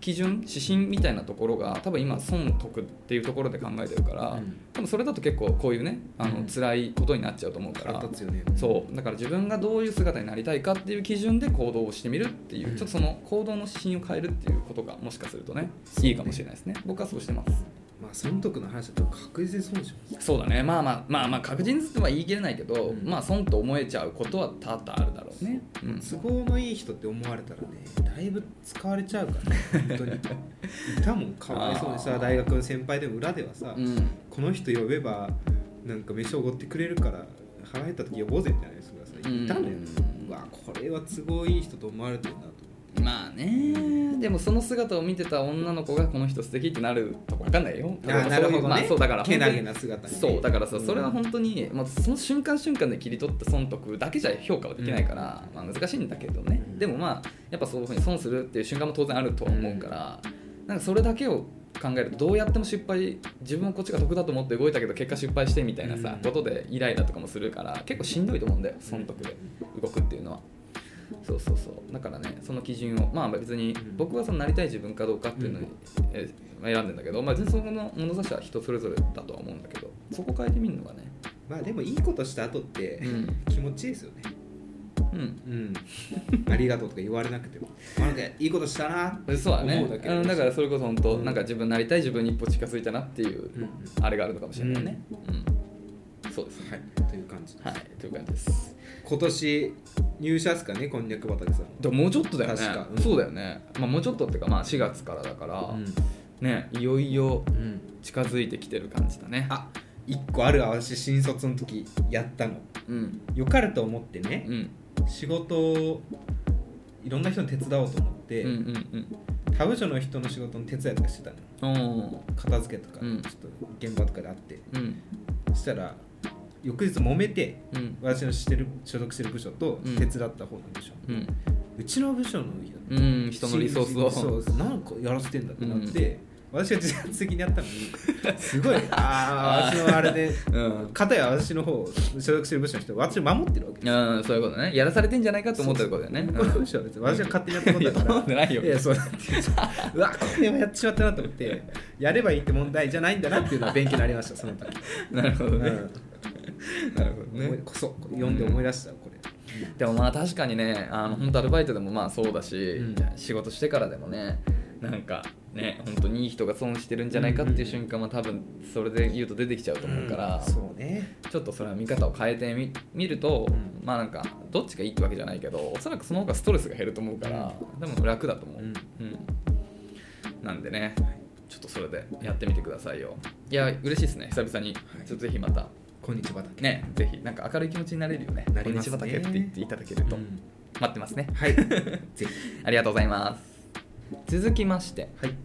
Speaker 2: 基準指針みたいなところが多分今損得っていうところで考えてるから、
Speaker 1: うん
Speaker 2: 多分それだと結構こういうねあ
Speaker 1: う
Speaker 2: の
Speaker 1: ん
Speaker 2: 辛いことになっちゃうと思うから、
Speaker 1: 腹立つよね
Speaker 2: そうだから自分がどういう姿になりたいかっていう基準で行動をしてみるっていう、
Speaker 1: うん
Speaker 2: ちょっとその行動の指針を変えるっていうことがもしかするとね
Speaker 1: そうね
Speaker 2: いいかもしれないですね僕はそうしてます
Speaker 1: まあ損得の話だと確実に損します
Speaker 2: そうだねまあまあまあまあ確実とは言い切れないけど、
Speaker 1: うん
Speaker 2: まあ損と思えちゃうことは多々あるだろうね、うん、
Speaker 1: 都合のいい人って思われたらねだいぶ使われちゃうからね本 当にいたもんかわいそうに
Speaker 2: あ
Speaker 1: さ
Speaker 2: ー
Speaker 1: 大学の先輩でも裏ではさ、
Speaker 2: うん
Speaker 1: この人呼べばなんか飯おごってくれるから腹減った時呼ぼうぜみたいなやつがさいたのよ、
Speaker 2: う
Speaker 1: うんわこれは都合いい人と思われてるなと
Speaker 2: まあねでもその姿を見てた女の子がこの人素敵ってなるとか分かんないよ
Speaker 1: あーなるほどね
Speaker 2: まあ、そうだから
Speaker 1: け
Speaker 2: 本当
Speaker 1: な
Speaker 2: に
Speaker 1: げな姿にね
Speaker 2: そうだからさ、
Speaker 1: ん
Speaker 2: それは本当に、まあ、その瞬間瞬間で切り取った損得だけじゃ評価はできないから、まあ、難しいんだけどね、
Speaker 1: うん
Speaker 2: でもまあやっぱそういうふうに損するっていう瞬間も当然あるとは思うから、なんかそれだけを考えるとどうやっても失敗自分はこっちが得だと思って動いたけど結果失敗してみたいなさ、
Speaker 1: うん
Speaker 2: ことでイライラとかもするから結構しんどいと思うんだよ損得で動くっていうのは。そうそうそうだからねその基準をまあ別に
Speaker 1: うん
Speaker 2: 僕はそのなりたい自分かどうかっていうのに、
Speaker 1: うん
Speaker 2: えー選んでんだけど、まあ、全然そこの物差しは人それぞれだとは思うんだけどそこ変えてみるのがね
Speaker 1: まあでもいいことした後って、
Speaker 2: ん、
Speaker 1: 気持ちいいですよね
Speaker 2: うん
Speaker 1: うん、ありがとうとか言われなくてもあなんかいいことしたな
Speaker 2: そうだね
Speaker 1: 思うだけ
Speaker 2: う
Speaker 1: で
Speaker 2: ん、だからそれこそ本当、
Speaker 1: うん
Speaker 2: なんか自分なりたい自分に一歩近づいたなっていう、
Speaker 1: うん
Speaker 2: あれがあるのかもしれないね、うんそうですね
Speaker 1: はいという感じ
Speaker 2: はいという感じです
Speaker 1: 今年入社ですかねこんにゃく畑さんは
Speaker 2: でももうちょっとだよね
Speaker 1: 確かうん
Speaker 2: そうだよね、まあ、もうちょっとっていうかまあ4月からだから、
Speaker 1: うん
Speaker 2: ねいよいよ
Speaker 1: うん
Speaker 2: 近づいてきてる感じだね
Speaker 1: あ一個ある私新卒の時やったの
Speaker 2: うん
Speaker 1: よかれと思ってね
Speaker 2: うん
Speaker 1: 仕事をいろんな人に手伝おうと思って、
Speaker 2: うんうん
Speaker 1: 他部署の人の仕事の手伝いとかしてたの
Speaker 2: うんお
Speaker 1: 片付けとか、
Speaker 2: うん
Speaker 1: ちょっと現場とかであって
Speaker 2: ーうん
Speaker 1: そしたら翌日揉めて
Speaker 2: うん
Speaker 1: 私のしてる所属してる部署と
Speaker 2: うん
Speaker 1: 手伝った方の部署、
Speaker 2: うん
Speaker 1: うちの部署の
Speaker 2: うん人のリソースを
Speaker 1: そうなんかやらせてんだってなって、私は自発的にやったの にすごいああ私のあれで
Speaker 2: うん
Speaker 1: 片や私の方所属してる部署の人私を守ってるわけ
Speaker 2: うん、そういうことね。やらされてんじゃないかと思ったことだよね。
Speaker 1: この部署は別に私が勝手にやったことだから
Speaker 2: うん いやそうなんてないよ
Speaker 1: いやそうなんてうわこれはやってしまったなと思ってやればいいって問題じゃないんだなっていうのは勉強になりましたその時、
Speaker 2: うんなるほど
Speaker 1: う
Speaker 2: ね。
Speaker 1: ん
Speaker 2: なるほど
Speaker 1: 思い
Speaker 2: ね。
Speaker 1: こそ読んで思い出したこれ、
Speaker 2: でもまあ確かにね、あの本当アルバイトでもまあそうだし、
Speaker 1: うん
Speaker 2: 仕事してからでもね、なんかね、本当にいい人が損してるんじゃないかっていう瞬間は多分それで言うと出てきちゃうと思うから、
Speaker 1: そうね
Speaker 2: ちょっとそれは見方を変えてみ見ると、
Speaker 1: うん
Speaker 2: まあなんかどっちがいいってわけじゃないけどおそらくその方がストレスが減ると思うから、でも楽だと思う、
Speaker 1: うん
Speaker 2: うんなんでねちょっとそれでやってみてくださいよいや嬉しいですね久々に、
Speaker 1: い
Speaker 2: ちょっとぜひまた
Speaker 1: こんにちはだけ
Speaker 2: ねぜひなんか明るい気持ちになれるよね
Speaker 1: なりますね
Speaker 2: こんにちは畑って言っていただけると、
Speaker 1: うん
Speaker 2: 待ってますね
Speaker 1: はいぜひ
Speaker 2: ありがとうございます続きまして、
Speaker 1: はい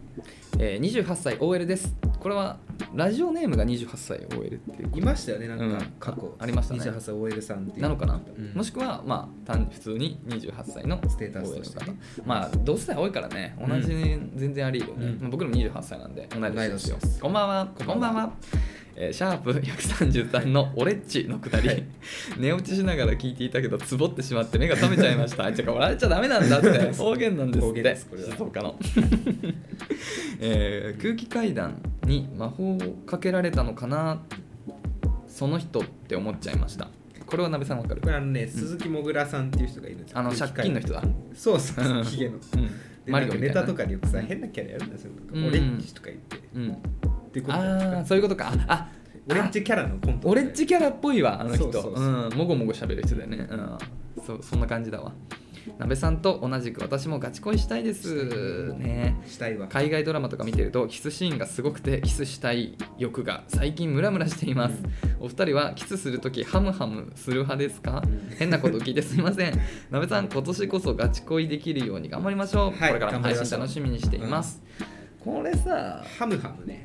Speaker 2: えー28歳 OL ですこれはラジオネームが28歳 OL っていう
Speaker 1: いましたよね、な
Speaker 2: うんん
Speaker 1: か過去、
Speaker 2: あありましたね
Speaker 1: 28歳 OL さんっていう
Speaker 2: なのかな、
Speaker 1: うん
Speaker 2: もしくはまあ単普通に28歳の
Speaker 1: ステータスとしてね
Speaker 2: OL の方まあ同世代多いからね同じ、
Speaker 1: う
Speaker 2: 全然あり得るよね、
Speaker 1: うん
Speaker 2: まあ僕らも28歳なんで同い年です
Speaker 1: 同
Speaker 2: よ
Speaker 1: い年です
Speaker 2: こんばんは
Speaker 1: こんばんは
Speaker 2: えーシャープ133の「オレッチ」のくだり、
Speaker 1: はい
Speaker 2: 寝落ちしながら聞いていたけどつぼってしまって目が覚めちゃいましたあちょっと笑っちゃダメな んだって方言なんです
Speaker 1: 方
Speaker 2: っ
Speaker 1: 言
Speaker 2: て
Speaker 1: ですこれは
Speaker 2: 静岡の、 えー空気階段に魔法をかけられたのかなその人って思っちゃいましたこれは鍋さんわかる
Speaker 1: これあのね、鈴木もぐらさんっていう人がいるんですよ
Speaker 2: あの借金の人だ
Speaker 1: そうそう
Speaker 2: う
Speaker 1: そ
Speaker 2: ん
Speaker 1: う、 ヒゲの。
Speaker 2: うん、
Speaker 1: で
Speaker 2: マ
Speaker 1: な
Speaker 2: リ
Speaker 1: ん
Speaker 2: オ
Speaker 1: か
Speaker 2: みた
Speaker 1: ネ
Speaker 2: いな
Speaker 1: タとかでよくさ、変なキャラやるんですよ。なんかオレンジとか言って。っ
Speaker 2: うん、
Speaker 1: ていうこと
Speaker 2: ああそういうことかあ
Speaker 1: オレン
Speaker 2: ジ
Speaker 1: ジキャラのコント。
Speaker 2: オレッジキャラっぽいわあの人
Speaker 1: そうそうそう
Speaker 2: うん、もごもご喋る人だよね、うん、そそんな感じだわ鍋さんと同じく私もガチ恋したいですね
Speaker 1: したいわ。
Speaker 2: 海外ドラマとか見てるとキスシーンがすごくてキスしたい欲が最近ムラムラしています、お二人はキスするときハムハムする派ですか、
Speaker 1: うん
Speaker 2: 変なこと聞いてすいま せんなべさん今年こそガチ恋できるように頑張りましょう、
Speaker 1: はい
Speaker 2: これから
Speaker 1: 頑張
Speaker 2: も配
Speaker 1: りましょ
Speaker 2: 信
Speaker 1: う
Speaker 2: 楽しみにしています、これさ
Speaker 1: ハムハムね。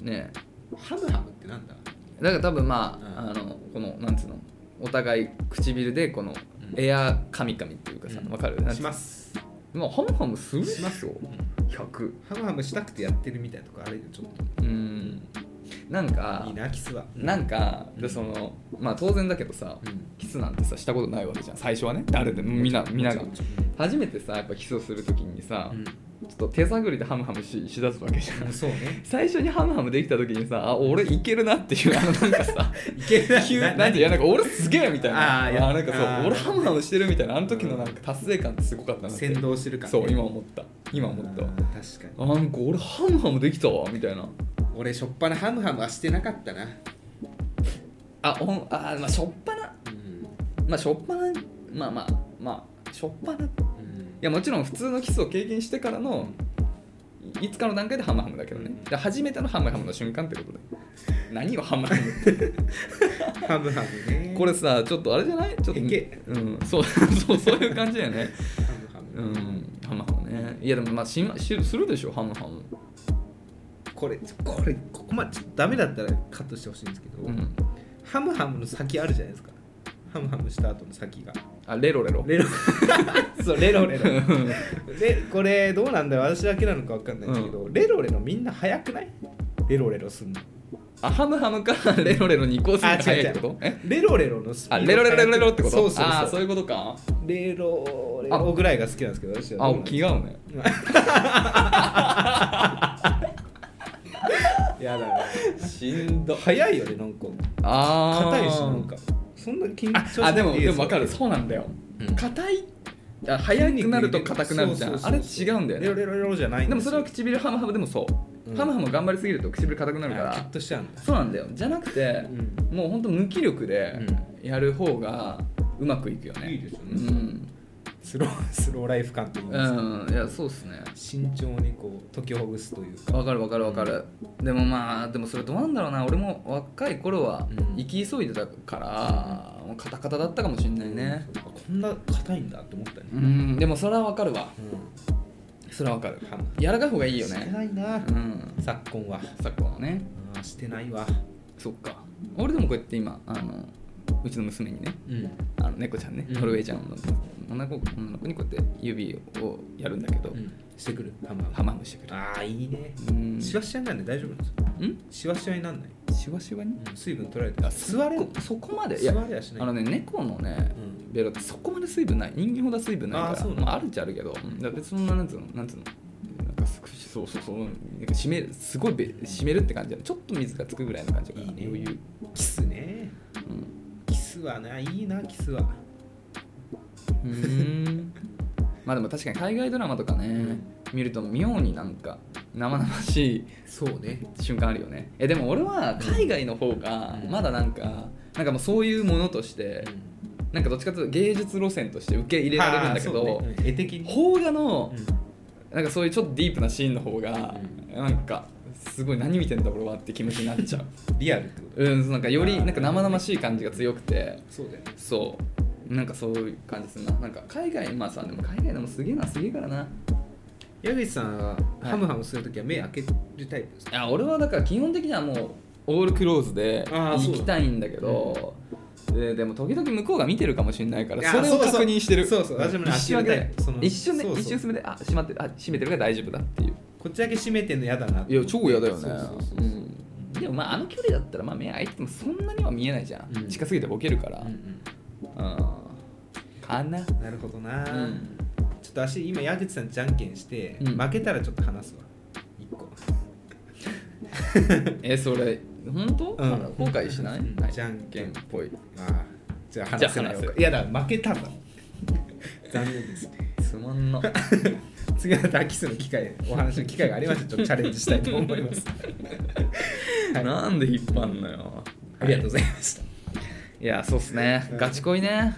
Speaker 2: ね
Speaker 1: ハムハムってなんだ
Speaker 2: だから多分まあ,、
Speaker 1: うん
Speaker 2: あのこのなんつうのお互い唇でこの
Speaker 1: うん
Speaker 2: エアカミカミっていうかさ
Speaker 1: うん
Speaker 2: わかるなんつ
Speaker 1: し
Speaker 2: う
Speaker 1: ます。
Speaker 2: まあハムハムする
Speaker 1: しますよ。
Speaker 2: 100
Speaker 1: ハムハムしたくてやってるみたいなとこあるよ、ちょっと。
Speaker 2: うんなんか
Speaker 1: いいな、キスは。
Speaker 2: なんか
Speaker 1: うん
Speaker 2: でそのまあ当然だけどさ、
Speaker 1: うん
Speaker 2: キスなんてさしたことないわけじゃん最初はね誰でもみんなみんなが
Speaker 1: うん
Speaker 2: 初めてさやっぱキスをするときにさ、
Speaker 1: うん
Speaker 2: ちょっと手探りでハムハムししだすわけじゃん
Speaker 1: そうね。
Speaker 2: 最初にハムハムできたときにさあ俺いけるなっていうあのなんかさ
Speaker 1: いける
Speaker 2: 急なんていやなんか俺すげえみたいな
Speaker 1: あーいや
Speaker 2: なんかそう
Speaker 1: あー
Speaker 2: 俺ハムハムしてるみたいなあの時のなんか達成感ってすごかったなって
Speaker 1: 先導してるから。
Speaker 2: そう今思った今思
Speaker 1: あ
Speaker 2: っ
Speaker 1: ー
Speaker 2: たわ
Speaker 1: 確かに。
Speaker 2: あなんか俺ハムハムできたわみたいな
Speaker 1: 俺しょっぱなハムハムはしてなかったな、
Speaker 2: あほんあーまあしょっぱな
Speaker 1: うん
Speaker 2: まあしょっぱなまあまあまあしょっぱない
Speaker 1: や
Speaker 2: やもちろん普通のキスを経験してからのいつかの段階でハムハムだけどね
Speaker 1: うん
Speaker 2: で初めてのハムハムの瞬間ってことで何をハムハムって
Speaker 1: ハムハムね
Speaker 2: これさちょっとあれじゃないちょっと
Speaker 1: いけ
Speaker 2: うん、そう そうそういう感じだよね
Speaker 1: ハムハム、
Speaker 2: うんハムハムねいやでもまあしましするでしょハムハム
Speaker 1: これこれここまでちょっとダメだったらカットしてほしいんですけど、
Speaker 2: うん
Speaker 1: ハムハムの先あるじゃないですかハムハムした後の先が
Speaker 2: あレロレ ロ
Speaker 1: レ ロそうレロレロ
Speaker 2: うん
Speaker 1: でこれどうなんだよ私だけなのかわかんないですけど、レロレロみんな早くないレロレロすんの
Speaker 2: あハムハムからレロレロに移行するから早いってことえ
Speaker 1: レロレロのスピード
Speaker 2: あレロレロレロレロってこと
Speaker 1: そうそう
Speaker 2: あー
Speaker 1: そ
Speaker 2: そうういうことか
Speaker 1: レロレロぐらいが好きなんですけど私は
Speaker 2: あ
Speaker 1: どうなんですか
Speaker 2: 気が合うね
Speaker 1: やだな
Speaker 2: しんど
Speaker 1: 早いよねなんか
Speaker 2: あー
Speaker 1: 硬いしなんかそんな緊張しな
Speaker 2: あ
Speaker 1: くて
Speaker 2: でも
Speaker 1: いい
Speaker 2: ですも
Speaker 1: よ
Speaker 2: 分かるそうなんだよ
Speaker 1: うん
Speaker 2: 硬いあ早くなると硬くなるじゃ
Speaker 1: そ
Speaker 2: ん
Speaker 1: そ
Speaker 2: あ
Speaker 1: そ
Speaker 2: れ違うんだよね
Speaker 1: レロレロレロじゃないん
Speaker 2: でも
Speaker 1: す
Speaker 2: そ
Speaker 1: よ
Speaker 2: れは唇ハムハムでもそう、
Speaker 1: うん
Speaker 2: ハムハム頑張りすぎると唇硬くなる
Speaker 1: あ
Speaker 2: か
Speaker 1: キュ
Speaker 2: ら
Speaker 1: ッとしちゃうんだ
Speaker 2: そうなんだよじゃなくて、もうほんと無気力でやる方がうまくいくよね
Speaker 1: いいですよね
Speaker 2: うん、
Speaker 1: スロー スローライフ感といいますか、
Speaker 2: うん、いやそうっすね
Speaker 1: 慎重にこう解きほぐすというか
Speaker 2: わかるわかるわかる、でもまあでもそれどうなんだろうな俺も若い頃は
Speaker 1: うん
Speaker 2: 生き急いでたから、もうカタカタだったかもしんないね
Speaker 1: そうかこんな硬いんだって思ったね
Speaker 2: うん、でもそれはわかるわ
Speaker 1: う
Speaker 2: それはわかる
Speaker 1: んハム
Speaker 2: 柔らかい方がいいよ
Speaker 1: して
Speaker 2: ね
Speaker 1: ないな、
Speaker 2: うん
Speaker 1: 昨今は
Speaker 2: 昨今はね
Speaker 1: あーしてないわ
Speaker 2: そっか俺でもこうやって今あのうちの娘にね
Speaker 1: うん
Speaker 2: あの猫ちゃんね、
Speaker 1: うん
Speaker 2: ノルウェーちゃんの女の子女の子にこうやって指をやるんだけど、
Speaker 1: うん、してくるハンバーグ
Speaker 2: ハマムしてくる
Speaker 1: ああいいね
Speaker 2: うん
Speaker 1: シワシワになんで大丈夫なんですか
Speaker 2: ん
Speaker 1: シワシワになんない、
Speaker 2: シワシワに
Speaker 1: 水分取られて座れる
Speaker 2: そそこまでいや
Speaker 1: 座れやしない
Speaker 2: あのね猫のね
Speaker 1: うん
Speaker 2: ベロってそこまで水分ない人間ほど水分ないから
Speaker 1: あーそうなんだ
Speaker 2: まあ、あるっちゃあるけど、うんだから別にそんななんつうのなんつうのなんかすくそうそうそうなんか締めるすごいべ締めるって感じじゃないちょっと水がつくぐらいの感じだから
Speaker 1: いいね
Speaker 2: 余裕、
Speaker 1: キスねキスはないいなキスは
Speaker 2: うん、うーんまあでも確かに海外ドラマとかね、
Speaker 1: うん
Speaker 2: 見ると妙になんか生々しい
Speaker 1: そうね
Speaker 2: 瞬間あるよねえでも俺は海外の方が
Speaker 1: うん
Speaker 2: まだなんかなんかもうそういうものとしてなんかどっちかというと芸術路線として受け入れられるんだけ
Speaker 1: はあ
Speaker 2: ど
Speaker 1: そうねうん絵的に
Speaker 2: 邦画の
Speaker 1: うん
Speaker 2: なんかそういうちょっとディープなシーンの方がなんかすごい何見てんだ俺はって気持ちになっ ちゃう
Speaker 1: リアルってこと
Speaker 2: うんなんかよりなんか生々しい感じが強くて
Speaker 1: そうだよね
Speaker 2: そうなんかそういう感じするななんか海外まあさでも海外でもすげえなすげえからな
Speaker 1: 矢口さんはハムハムするときは目開けるタイプですか
Speaker 2: いや俺はだから基本的にはもうオールクローズで
Speaker 1: あーそう
Speaker 2: 行きたいんだけどででも時々向こうが見てるかもしれないか
Speaker 1: いや
Speaker 2: らそれを
Speaker 1: そうそう
Speaker 2: 確認してる
Speaker 1: そうそう私もね
Speaker 2: 一瞬だ
Speaker 1: 開け
Speaker 2: け
Speaker 1: るタイプその
Speaker 2: 一瞬で
Speaker 1: そうそう
Speaker 2: 一瞬進めてあ閉まってるあ閉めてるから大丈夫だっていう
Speaker 1: こっちだけ閉めてんの嫌だなって
Speaker 2: いや超嫌だよね
Speaker 1: そうそうそううん
Speaker 2: でもまああの距離だったらまあ目開いててもそんなには見えないじゃん、
Speaker 1: うん
Speaker 2: 近すぎてボケるから
Speaker 1: う
Speaker 2: うんんかな
Speaker 1: うんなるほどな、
Speaker 2: うん
Speaker 1: ちょっと足今矢口さんじゃんけんして、
Speaker 2: うん
Speaker 1: 負けたらちょっと話すわ一個
Speaker 2: えそれ本当、
Speaker 1: うん
Speaker 2: まだ後悔しない、
Speaker 1: うん
Speaker 2: はい
Speaker 1: じゃんけん
Speaker 2: っぽい
Speaker 1: ああじゃあ話せない
Speaker 2: じゃあ話
Speaker 1: いやだ負けたんだ残念ですね
Speaker 2: つまんな
Speaker 1: 次はダキスの機会お話の機会がありましたらちょっとチャレンジしたいと思いますはい
Speaker 2: なんで引っ張んのよ
Speaker 1: ありがとうございました
Speaker 2: いやそうっすね
Speaker 1: うん
Speaker 2: ガチ恋ね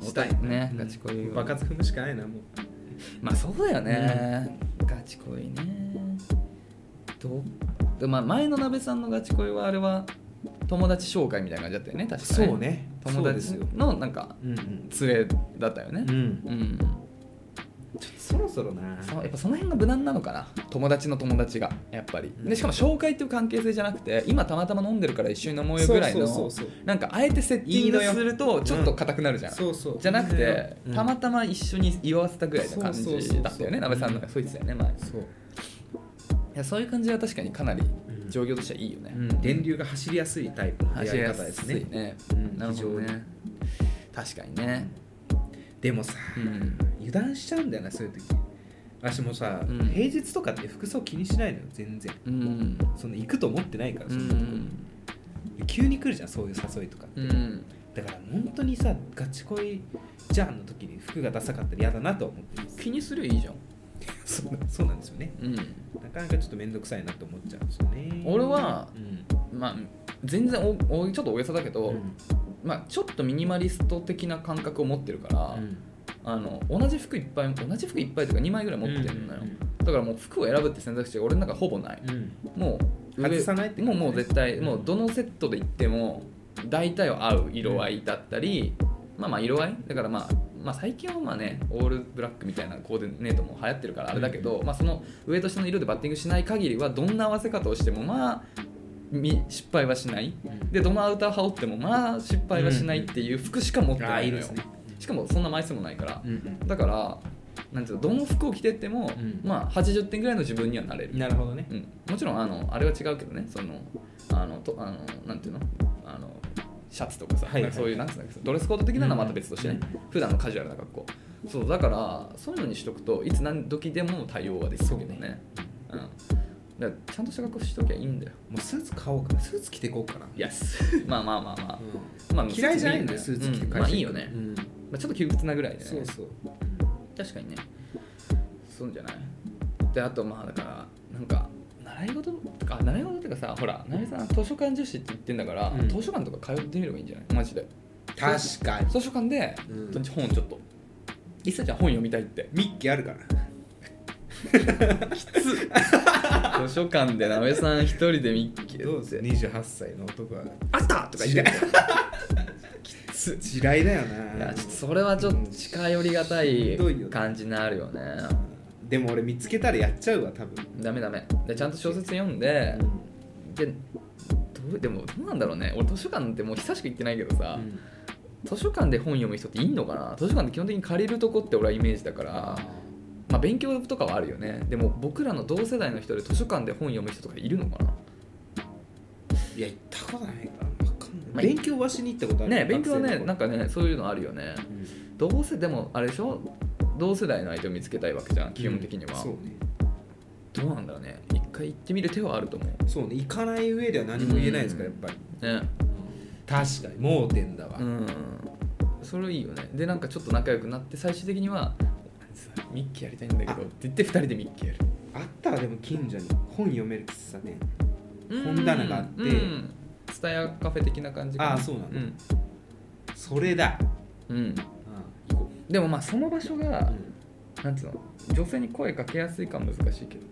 Speaker 1: したい
Speaker 2: ね
Speaker 1: うん
Speaker 2: ガチ恋は
Speaker 1: 爆発踏むしかないなもう
Speaker 2: まあそうだよね、ガチ恋ねどうでまあ前の鍋さんのガチ恋はあれは友達紹介みたいな感じだったよね確かに
Speaker 1: そうね
Speaker 2: 友達のなんか
Speaker 1: うんうん
Speaker 2: 連れだったよね
Speaker 1: うん
Speaker 2: うん、
Speaker 1: そろそろな
Speaker 2: そやっぱその辺が無難なのかな友達の友達がやっぱり
Speaker 1: うん
Speaker 2: でしかも紹介っていう関係性じゃなくて今たまたま飲んでるから一緒に飲もうよぐらいの
Speaker 1: そうそうそう
Speaker 2: なんかあえてセッティングするとちょっと硬くなるじゃん、
Speaker 1: そうそう
Speaker 2: じゃなくて、
Speaker 1: うん
Speaker 2: たまたま一緒に祝わせたぐらいの感じ
Speaker 1: そうそうそうそう
Speaker 2: だったよね、なべさんのがそう言ってたよね、前。い
Speaker 1: そう
Speaker 2: や、そういう感じは確かにかなり
Speaker 1: ん
Speaker 2: 状況としてはいいよね。
Speaker 1: うん電流が走りやすいタイプの出
Speaker 2: 走
Speaker 1: 会
Speaker 2: り
Speaker 1: い
Speaker 2: や
Speaker 1: 方ですす
Speaker 2: い
Speaker 1: ね
Speaker 2: ね。
Speaker 1: うん
Speaker 2: なるほど
Speaker 1: 非常に
Speaker 2: ね。確かにね。
Speaker 1: でもさ、
Speaker 2: うん
Speaker 1: 油断しちゃうんだよなそういう時私もさ、
Speaker 2: うん
Speaker 1: 平日とかって服装気にしないのよ全然
Speaker 2: うん。
Speaker 1: その行くと思ってないから
Speaker 2: う
Speaker 1: そんなとこ
Speaker 2: ん。
Speaker 1: 急に来るじゃんそういう誘いとかって、
Speaker 2: うん。
Speaker 1: だから本当にさガチ恋じゃんの時に服がダサかったら嫌だなとは思ってます
Speaker 2: 気にすりゃいいじゃん。
Speaker 1: そうそうなんですよね
Speaker 2: うん。
Speaker 1: なかなかちょっと面倒くさいなと思っちゃうんですよね
Speaker 2: 俺は
Speaker 1: うん
Speaker 2: まあ、全然おおちょっと大げさだけど、
Speaker 1: うん
Speaker 2: まあ、ちょっとミニマリスト的な感覚を持ってるから、
Speaker 1: うん
Speaker 2: あの同じ服いっぱい同じ服いっぱいというか2枚ぐらい持ってるのよ、
Speaker 1: うん
Speaker 2: だからもう服を選ぶって選択肢が俺の中ほぼない、
Speaker 1: うん
Speaker 2: もう
Speaker 1: 外さないってこと
Speaker 2: もう
Speaker 1: ね
Speaker 2: もう絶対、
Speaker 1: うん
Speaker 2: もうどのセットで行っても大体は合う色合いだったり、まあまあ色合いだからまあまあ最近はまあねオールブラックみたいなコーディネートも流行ってるからあれだけど、まあその上と下の色でバッティングしない限りはどんな合わせ方をしてもまあみ失敗はしない
Speaker 1: うん
Speaker 2: でどのアウター羽織ってもまあ失敗はしないっていう服しか持って
Speaker 1: ああ
Speaker 2: ないい
Speaker 1: い
Speaker 2: の
Speaker 1: で
Speaker 2: よ
Speaker 1: すね
Speaker 2: しかもそんな枚数もないから
Speaker 1: う、ん
Speaker 2: だからなんていうのどの服を着てっても、
Speaker 1: うん
Speaker 2: まあ80点ぐらいの自分にはなれる
Speaker 1: なるほどね
Speaker 2: うん、もちろんあのあれは違うけどねそのあのとあのなんていうのあのシャツとかさ、
Speaker 1: はいはい
Speaker 2: なんかそういうなんつうんだっけドレスコード的なのはまた別としてね、普段のカジュアルな格好そうだからそういうのにしとくといつ何時でも対応はできるけどねうん、だからちゃんとした格好しときゃいいんだよ
Speaker 1: もうスーツ買おうかなスーツ着ていこうかな、
Speaker 2: いやす まあまあまあま
Speaker 1: う
Speaker 2: あ、まあ、
Speaker 1: ん、嫌いじゃないんだよ
Speaker 2: ス
Speaker 1: ス
Speaker 2: ー
Speaker 1: ー
Speaker 2: ツ
Speaker 1: ツ
Speaker 2: 着
Speaker 1: 着
Speaker 2: て
Speaker 1: て
Speaker 2: 会社行くうんまあいいよね、
Speaker 1: うん
Speaker 2: まあ、ちょっと窮屈なぐらいで、ね、
Speaker 1: そうそう
Speaker 2: 確かにねそうじゃないであとまあだからなんか習い事とかあ習い事っていうかさほら成井さん図書館女子って言ってんだから、
Speaker 1: うん
Speaker 2: 図書館とか通ってみればいいんじゃないマジで
Speaker 1: 確かに
Speaker 2: 図書館で、
Speaker 1: うん
Speaker 2: と本ちょっと一切ちゃん本読みた いって
Speaker 1: ミッキーあるから
Speaker 2: 図書館でなべさん一人でミッキ
Speaker 1: どう
Speaker 2: ー
Speaker 1: です28歳の男は
Speaker 2: あったとか言ってい
Speaker 1: 地雷だよな
Speaker 2: やちょっとそれはちょっと近寄りがたい
Speaker 1: ひどいよね
Speaker 2: 感じになるよね
Speaker 1: でも俺見つけたらやっちゃうわ多分
Speaker 2: ダメダメでちゃんと小説読んで、でどうでもどうなんだろうね俺図書館ってもう久しく行ってないけどさ、図書館で本読む人っていんのかな図書館って基本的に借りるとこって俺はイメージだから、まあ、勉強とかはあるよねでも僕らの同世代の人で図書館で本読む人とかいるのか
Speaker 1: いや行ったことないから分かんない、
Speaker 2: まあ
Speaker 1: 勉強はしに行ったことあ
Speaker 2: な
Speaker 1: る
Speaker 2: ね勉強はね
Speaker 1: 学生
Speaker 2: な
Speaker 1: の
Speaker 2: んかねそういうのあるよね
Speaker 1: 頃うん
Speaker 2: どうせでもあれでしょ同世代の相手を見つけたいわけじゃん基本的には、
Speaker 1: そうね
Speaker 2: どうなんだろうね一回行ってみる手はあると思う
Speaker 1: そうね行かない上では何も言えないですからやっぱり、
Speaker 2: ね
Speaker 1: 確かに盲点だわ、
Speaker 2: うんそれいいよねでなんかちょっと仲良くなって最終的には「さミッキーやりたいんだけど」って言って2人でミッキーやる
Speaker 1: あったわでも近所に本読める喫茶店本棚があって
Speaker 2: スタヤカフェ的な感じか
Speaker 1: ああそうなんだ
Speaker 2: ん
Speaker 1: それだ、
Speaker 2: うん
Speaker 1: うん、行こ
Speaker 2: でもまあその場所
Speaker 1: う
Speaker 2: が、
Speaker 1: う
Speaker 2: なんつうの女性に声かけやすいかは難しいけど、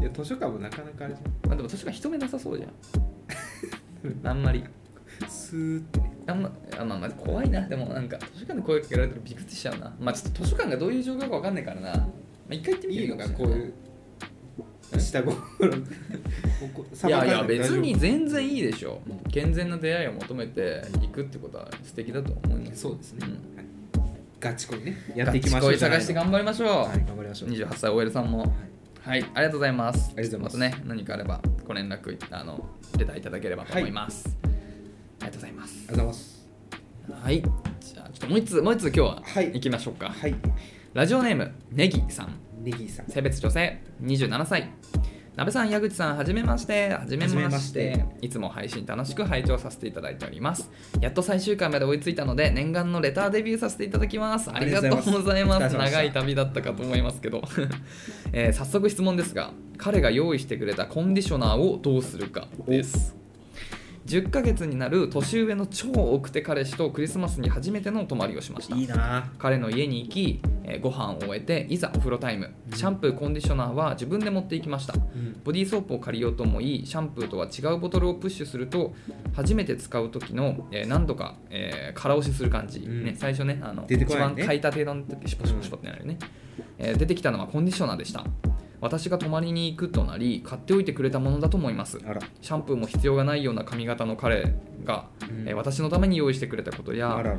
Speaker 1: んいや図書館もなかなかあれじ
Speaker 2: まあ、でも確かに人目なさそうじ ゃんあんまり
Speaker 1: ゃんスーってね
Speaker 2: あんまあまあまあ怖いなでもなんか図書館で声かけられたらびくってしちゃうなまあちょっと図書館がどういう状況かわかんないからな、まあ、一回行ってみ
Speaker 1: い
Speaker 2: て
Speaker 1: い
Speaker 2: み
Speaker 1: の
Speaker 2: よう
Speaker 1: が
Speaker 2: か
Speaker 1: こういう下心ここ
Speaker 2: い
Speaker 1: 裁か
Speaker 2: や
Speaker 1: れて
Speaker 2: い
Speaker 1: 大丈
Speaker 2: や
Speaker 1: 夫
Speaker 2: 別に全然いいでしょ
Speaker 1: うん
Speaker 2: 健全な出会いを求めていくってことは素敵だと思います
Speaker 1: そうですね、
Speaker 2: ん
Speaker 1: はいガチ恋ねやっていきましょう
Speaker 2: ガチ恋探して頑張りましょう、
Speaker 1: はい頑張りましょう
Speaker 2: 28歳 OL さんもはい、ありがとうございます
Speaker 1: ありがとうござい
Speaker 2: またね何かあればご連絡あのレターいただければと思います、ありがとうございます
Speaker 1: ありがとうございます
Speaker 2: はいじゃあちょっともう一つもう一つ今日は
Speaker 1: はい
Speaker 2: 行きましょうか、
Speaker 1: はい
Speaker 2: ラジオネームネギさん
Speaker 1: ネギさん
Speaker 2: 性別女性27歳鍋さん矢口さんはじめましてはじめまして
Speaker 1: はじめま
Speaker 2: いつも配信楽しく拝聴させていただいておりますやっと最終回まで追いついたので念願のレターデビューさせていただきますありがとう
Speaker 1: あり
Speaker 2: ございます
Speaker 1: がとうございます
Speaker 2: 長い旅だったかと思いますけど、 えー早速質問ですが彼が用意してくれたコンディショナーをどうするかです10ヶ月になる年上の超奥手彼氏とクリスマスに初めてのお泊まりをしました
Speaker 1: いいな
Speaker 2: 彼の家に行き、えーご飯を終えていざお風呂タイムシャンプーコンディショナーは自分で持っていきました
Speaker 1: うん
Speaker 2: ボディーソープを借りようと思いシャンプーとは違うボトルをプッシュすると初めて使う時の、えー何度か、えー空押しする感じ、
Speaker 1: うん
Speaker 2: ね、最初ねあの
Speaker 1: 出てこないね
Speaker 2: 一番書いた程度の時シュポシュポシュポってなるよね、えー出てきたのはコンディショナーでした私が泊まりに行くとなり買っておいてくれたものだと思います
Speaker 1: あら
Speaker 2: シャンプーも必要がないような髪型の彼が、
Speaker 1: うん
Speaker 2: えー私のために用意してくれたことや
Speaker 1: あらら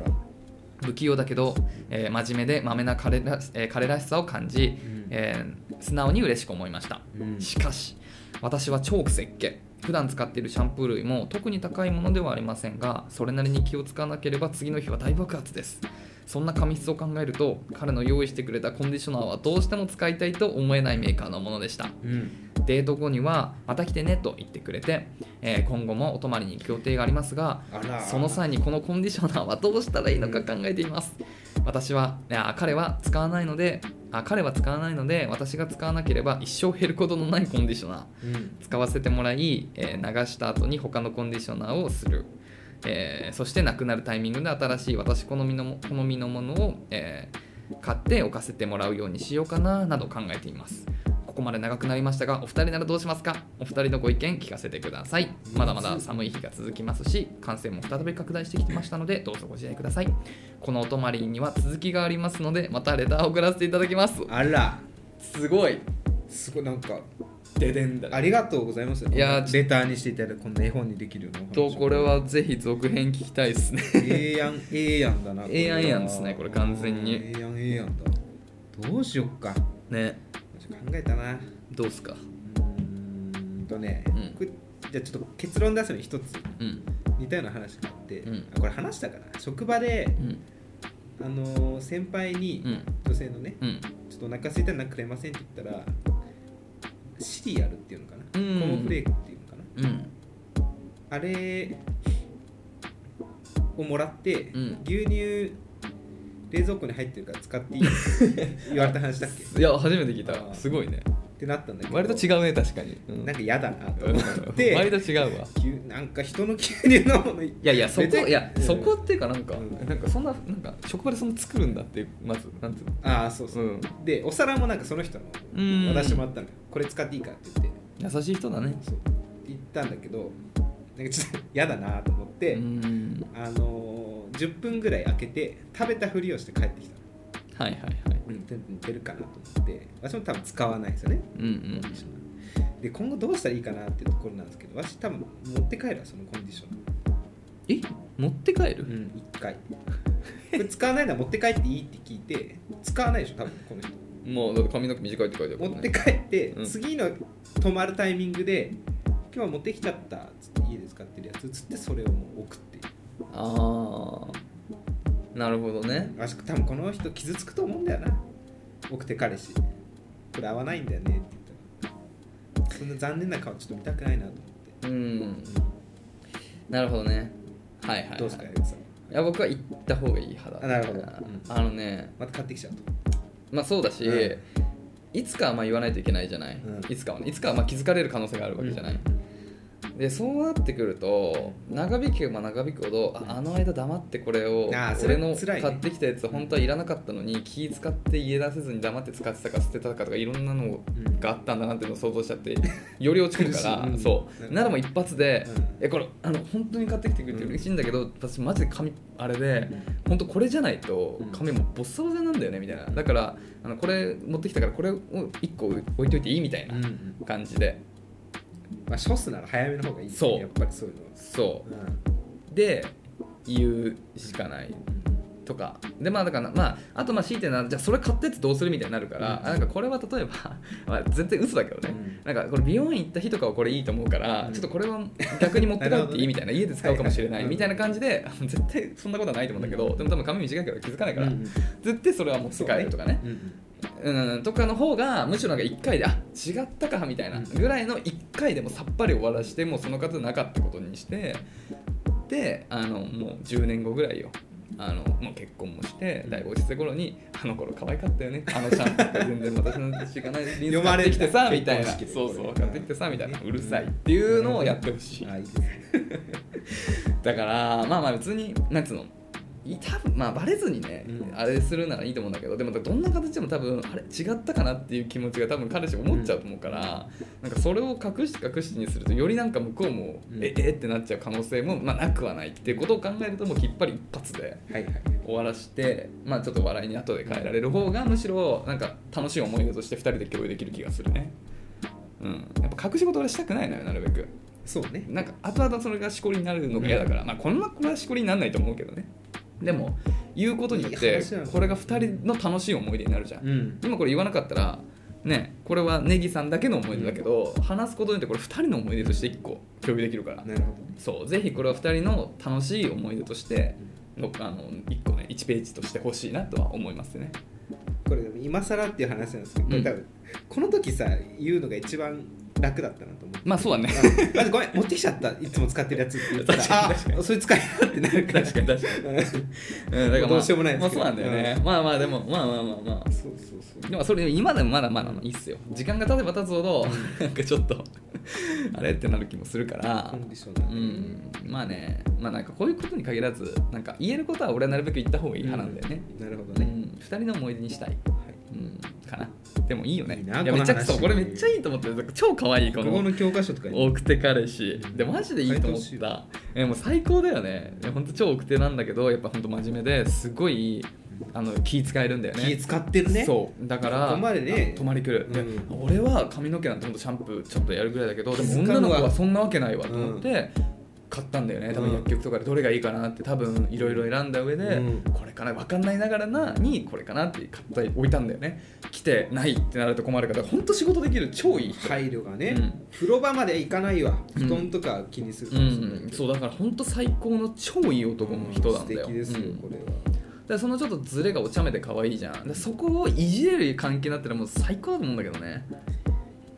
Speaker 2: 不器用だけど、えー真面目でまめな彼ら,、えー彼らしさを感じ、
Speaker 1: うん
Speaker 2: えー素直に嬉しく思いました、
Speaker 1: うん
Speaker 2: しかし私は超石鹸普段使っているシャンプー類も特に高いものではありませんがそれなりに気を使わなければ次の日は大爆発ですそんな髪質を考えると彼の用意してくれたコンディショナーはどうしても使いたいと思えないメーカーのものでした
Speaker 1: うん
Speaker 2: デート後にはまた来てねと言ってくれて、えー今後もお泊まりに行く予定がありますが
Speaker 1: あら
Speaker 2: その際にこのコンディショナーはどうしたらいいのか考えています。私はいや彼は使わないのであ彼は使わないので私が使わなければ一生減ることのないコンディショナー
Speaker 1: うん
Speaker 2: 使わせてもらい、えー流した後に他のコンディショナーをする、えーそしてなくなるタイミングで新しい私好みのも好みのものを、えー買って置かせてもらうようにしようかななど考えていますここまで長くなりましたがお二人ならどうしますかお二人のご意見聞かせてくださいまだまだ寒い日が続きますし感染も再び拡大してきてましたのでどうぞご自愛くださいこのお泊まりには続きがありますのでまたレターを送らせていただきます
Speaker 1: あら
Speaker 2: すごい
Speaker 1: すごいなんか
Speaker 2: ででんだね
Speaker 1: ありがとうございます
Speaker 2: いや
Speaker 1: こ
Speaker 2: ー
Speaker 1: んなレターにしていただいてこんな絵本にできるようなお話
Speaker 2: とこれはぜひ続編聞きたいですね
Speaker 1: ええやんええやんだなこれは
Speaker 2: ええやんええやんですねこれ完全に
Speaker 1: ええやんええやんだどうしよっか
Speaker 2: ね
Speaker 1: 考えたなう
Speaker 2: どうっすか
Speaker 1: ーんとね、
Speaker 2: うん
Speaker 1: これじゃあちょっと結論出すのに一つ
Speaker 2: うん
Speaker 1: 似たような話があって、
Speaker 2: うん
Speaker 1: あこれ話したかな職場で、
Speaker 2: うん
Speaker 1: あのー先輩に、
Speaker 2: うん
Speaker 1: 女性のね
Speaker 2: うん
Speaker 1: ちょっとお腹空いたらなんかくれませんって言ったらシリアルっていうのかな、
Speaker 2: うん
Speaker 1: コーンフレークっていうのかな
Speaker 2: うん
Speaker 1: あれをもらって、
Speaker 2: うん
Speaker 1: 牛乳冷蔵庫に入ってるから使っていいよ って言われた話だっけっ
Speaker 2: いや初めて聞い
Speaker 1: あ
Speaker 2: た
Speaker 1: ー
Speaker 2: すごいね
Speaker 1: てなったんだけど
Speaker 2: 割と違うね確かに、うん
Speaker 1: なんか嫌だなと
Speaker 2: うん
Speaker 1: 思って
Speaker 2: 割と違うわ
Speaker 1: 牛なんか人の牛乳のものい
Speaker 2: いやいやそこ
Speaker 1: 別に
Speaker 2: いや
Speaker 1: うん
Speaker 2: そこっていうかなんか、
Speaker 1: うん
Speaker 2: なんかそんななんか職場でそんな作るんだってまずなんていうの
Speaker 1: ああそうそう、
Speaker 2: うん
Speaker 1: でお皿もなんかその人の
Speaker 2: うん
Speaker 1: 渡してもらったのよこれ使っていいかって言って
Speaker 2: 優しい人だね
Speaker 1: そうって言ったんだけどなんかちょっと嫌だなと思って、
Speaker 2: うん
Speaker 1: あのー10分ぐらい開けて食べたふりをして帰ってきたの
Speaker 2: はいはいはい
Speaker 1: うん、多分似てるかなと思って私も多分使わないですよねコ
Speaker 2: うん
Speaker 1: ンディショナーで今後どうしたらいいかなっていうところなんですけど私多分持って帰るわそのコンディショナー
Speaker 2: え持って帰
Speaker 1: う
Speaker 2: る、
Speaker 1: ん1回これ使わないなら持って帰っていいって聞いて使わないでしょ多分この人
Speaker 2: もうだって髪の毛短いって書いてあるから
Speaker 1: 持
Speaker 2: ね
Speaker 1: って帰って、
Speaker 2: うん
Speaker 1: 次の泊まるタイミングで「今日持ってきちゃった」っつって家で使ってるやつっつってそれをもう送ってい
Speaker 2: ああなるほどね
Speaker 1: うわし多分この人傷つくと思うんだよな奥手彼氏これ合わないんだよねって言ったらそんな残念な顔ちょっと見たくないなと思って、
Speaker 2: うんなるほどねはいはい、はい、
Speaker 1: どうですか矢口さん
Speaker 2: いや僕は行った方がいい派だ
Speaker 1: あなるほどうん
Speaker 2: あのね
Speaker 1: また買ってきちゃうと
Speaker 2: まあそうだし、
Speaker 1: うん
Speaker 2: いつかはまあ言わないといけないじゃない、
Speaker 1: うん
Speaker 2: いつかはねいつかはまあ気づかれる可能性があるわけじゃない、でそうなってくると長引けば長引くほどああの間黙ってこれを
Speaker 1: あーそれ
Speaker 2: 俺の
Speaker 1: 辛いね
Speaker 2: 買ってきたやつ本当はいらなかったのに気使って家出せずに黙って使ってたか捨てたかとかいろんなのがあったんだなっていうのを想像しちゃってより落ち込むから、
Speaker 1: 苦しいうん
Speaker 2: そうならもう一発で、
Speaker 1: うん
Speaker 2: えこれあの本当に買ってきてくれて嬉しいんだけど、私マジで髪あれで
Speaker 1: ん
Speaker 2: 本当これじゃないと
Speaker 1: うん
Speaker 2: 髪もボッサボサなんだよねみたいなだからあのこれ持ってきたからこれを1個置いといていいみたいな感じで
Speaker 1: まあ処すなら早めの方がいいよね
Speaker 2: そう
Speaker 1: やっぱりそういうのは
Speaker 2: そうで言うしかないとかでまあだからまああとまあ強いてなじゃあそれ買ったやつどうするみたいになるから、
Speaker 1: うん
Speaker 2: あなんかこれは例えば まあ絶対嘘だけどね、なんかこれ美容院行った日とかはこれいいと思うから、
Speaker 1: うん
Speaker 2: ちょっとこれは逆に持って帰っていいみ たいな家で使うかもしれな
Speaker 1: はい
Speaker 2: い
Speaker 1: はい
Speaker 2: みたいな感じで絶対そんなことはないと思うんだけど、でも多分髪短いから気づかないから、
Speaker 1: うん
Speaker 2: 絶対それは持って帰るとかね
Speaker 1: うんうん
Speaker 2: うん、とかの方がむしろなんか1回であ違ったかみたいな
Speaker 1: うん
Speaker 2: ぐらいの1回でもさっぱり終わらしてもうその方なかったことにしてであのもう10年後ぐらいよあのもう結婚もしてだいぶ落ち着いた頃に「あの頃可愛かったよねあのシャンプー全然私の知らないリン ス
Speaker 1: 読ま
Speaker 2: 買っ
Speaker 1: れ
Speaker 2: て
Speaker 1: る
Speaker 2: きてさ」みたいな
Speaker 1: 結婚式で
Speaker 2: そうそう買ってきてさみたいな
Speaker 1: う
Speaker 2: うんるさいっていうのをやってほしい
Speaker 1: あいいですね
Speaker 2: だからまあまあ別になんつうのい多分まあバレずにね、
Speaker 1: うん
Speaker 2: あれするならいいと思うんだけどでもどんな形でも多分あれ違ったかなっていう気持ちが多分彼氏思っちゃうと思うから、なんかそれを隠して隠してにするとよりなんか向こうも、
Speaker 1: うん
Speaker 2: ええってなっちゃう可能性も、まあ、なくはないっていうことを考えるともうきっぱり一発で
Speaker 1: はいはい
Speaker 2: 終わらして、まあ、ちょっと笑いに後で変えられる方がむしろなんか楽しい思い出として2人で共有できる気がするね。うん、やっぱ隠し事はしたくないのよなるべく。
Speaker 1: そうね
Speaker 2: なんか後々それがしこりになるのが嫌だから、まあこんなこれはしこりにならないと思うけどねでも言うことによっ
Speaker 1: いい
Speaker 2: て
Speaker 1: 話だよ
Speaker 2: これが2人の楽しい思い出になるじゃん、
Speaker 1: うん
Speaker 2: 今これ言わなかったらねこれはネギさんだけの思い出だけど、話すことによってこれ2人の思い出として1個共有できるから、
Speaker 1: なるほどね
Speaker 2: そうぜひこれは2人の楽しい思い出としてのあの1個ね1ページとしてほしいなとは思いますね
Speaker 1: これでも今更っていう話なんですけどこれ多分この時さ言うのが一番楽だったなと思って
Speaker 2: まあそうだね
Speaker 1: あまずごめん持ってきちゃったいつも使ってるやつって言ったら
Speaker 2: 確かに
Speaker 1: あ
Speaker 2: 確かに
Speaker 1: それ使いなってなるから
Speaker 2: 確かに確かに、
Speaker 1: うんそう
Speaker 2: うん、だからまあ
Speaker 1: どうしようもないで
Speaker 2: まあ
Speaker 1: すけど
Speaker 2: そうなんだよね、まあまあでもまあまあまあまあ
Speaker 1: そうそう
Speaker 2: でもそれ今でもまだまだいいっすよ時間が経てば経つほどなんかちょっと あれってなる気もするから
Speaker 1: コンディションだ
Speaker 2: う
Speaker 1: ね
Speaker 2: んまあねまあなんかこういうことに限らずなんか言えることは俺はなるべく言った方がいい派なんだよね、
Speaker 1: なるほど
Speaker 2: うん
Speaker 1: ね
Speaker 2: 2人の思い出にしたい、うん、かなでもいいよね
Speaker 1: いいない
Speaker 2: や
Speaker 1: こ
Speaker 2: め
Speaker 1: の
Speaker 2: っちゃ
Speaker 1: 話
Speaker 2: そうこれめっちゃいいと思ってる超可愛いこ
Speaker 1: 国語
Speaker 2: の
Speaker 1: の教科書とかに
Speaker 2: 奥手彼氏
Speaker 1: うん
Speaker 2: でマジでいいと思っ
Speaker 1: 最高
Speaker 2: たえもう最高だよねいやほんと超奥手なんだけどやっぱほんと真面目ですごいあの気使えるんだよね
Speaker 1: 気使ってるね
Speaker 2: そうだから
Speaker 1: ここまでね
Speaker 2: あ泊まり来る、で
Speaker 1: うん
Speaker 2: 俺は髪の毛なんてほんとシャンプーちょっとやるぐらいだけどで
Speaker 1: 気遣
Speaker 2: も
Speaker 1: うわ
Speaker 2: 女の子はそんなわけないわと思って、買ったんだよね多分
Speaker 1: うん
Speaker 2: 薬局とかでどれがいいかなって多分いろいろ選んだ上で、
Speaker 1: うん
Speaker 2: これかな分かんないながらなにこれかなって買った置いたんだよね来てないってなると困るからほんと仕事できる超いい人、
Speaker 1: 配慮がね
Speaker 2: うん
Speaker 1: 風呂場まで行かないわ
Speaker 2: うん
Speaker 1: 布団とか気にする
Speaker 2: う
Speaker 1: かもしれない
Speaker 2: ん、そうだからほんと最高の超いい男の人なんだよ、
Speaker 1: 素敵ですよ
Speaker 2: うん
Speaker 1: これは
Speaker 2: だからそのちょっとズレがお茶目で可愛いじゃんだからそこをいじれる関係になったらもう最高だと思うんだけどね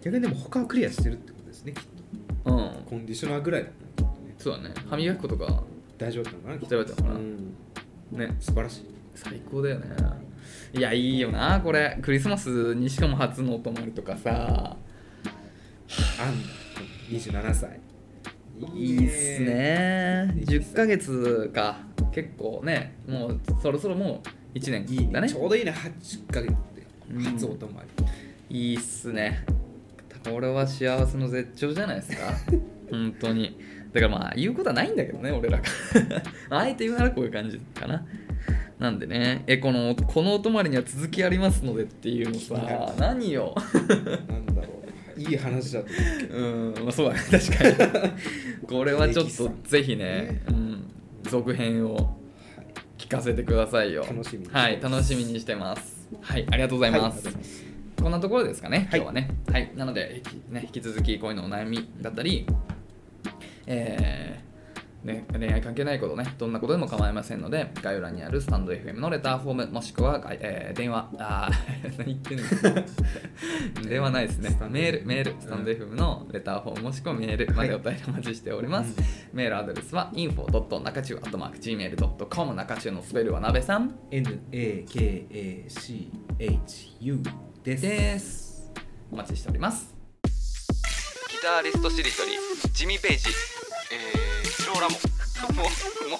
Speaker 1: 逆にでも他はクリアしてるってことですねきっと
Speaker 2: うん
Speaker 1: コンディショナーぐらいだったらきっとね
Speaker 2: そうだね歯磨くことが
Speaker 1: 大丈夫だったのかなきっと
Speaker 2: 例えばだから、
Speaker 1: うん
Speaker 2: ね
Speaker 1: 素晴らしい
Speaker 2: 最高だよねいやいいよなこれクリスマスにしかも初のお泊まりとかさ
Speaker 1: アン27歳
Speaker 2: いいっすね10ヶ月か結構ねもうそろそろも
Speaker 1: い
Speaker 2: う1
Speaker 1: い
Speaker 2: 年だ
Speaker 1: ね
Speaker 2: ね
Speaker 1: ちょうどいいね8ヶ月って
Speaker 2: うん
Speaker 1: 初お泊まり、
Speaker 2: いいっすねこれは幸せの絶頂じゃないです か本当にだからまあ言うことはないんだけどね俺ら があえて言うならこういう感じかななんでねえこのこのお泊まりには続きありますのでっていうの
Speaker 1: 気にな
Speaker 2: さ
Speaker 1: る
Speaker 2: 何よ
Speaker 1: なんだろういい話だと
Speaker 2: うんまあそうだね確かにこれはちょっとぜひね、うん、続編を聞かせてくださいよ
Speaker 1: 楽しみにしてます
Speaker 2: はい楽しみにしてますはいありがとうござい
Speaker 1: はいありが
Speaker 2: ま
Speaker 1: とうご
Speaker 2: す、
Speaker 1: ざいます
Speaker 2: こんなところですかね、
Speaker 1: はい
Speaker 2: 今日はね。はい、なので、ひね、引き続き恋のお悩みだったり、えーね、恋愛関係ないことね、どんなことでも構いませんので、概要欄にあるスタンド FM のレターフォーム、もしくは、がいえー電話、あー 何言ってん の電話ないですね
Speaker 1: スタ。ンド
Speaker 2: メール、メール、スタンド FM のレターフォーム、もしくはメールまでお便りお待ちしております。メールアドレスは info.nakachu.gmail.com、中中のスペルはなべさん。
Speaker 1: NAKACHU です
Speaker 2: です。お待ちしております。ギタリストしりとり、ジミー・ペイジ、えー、ローラモ、もう、も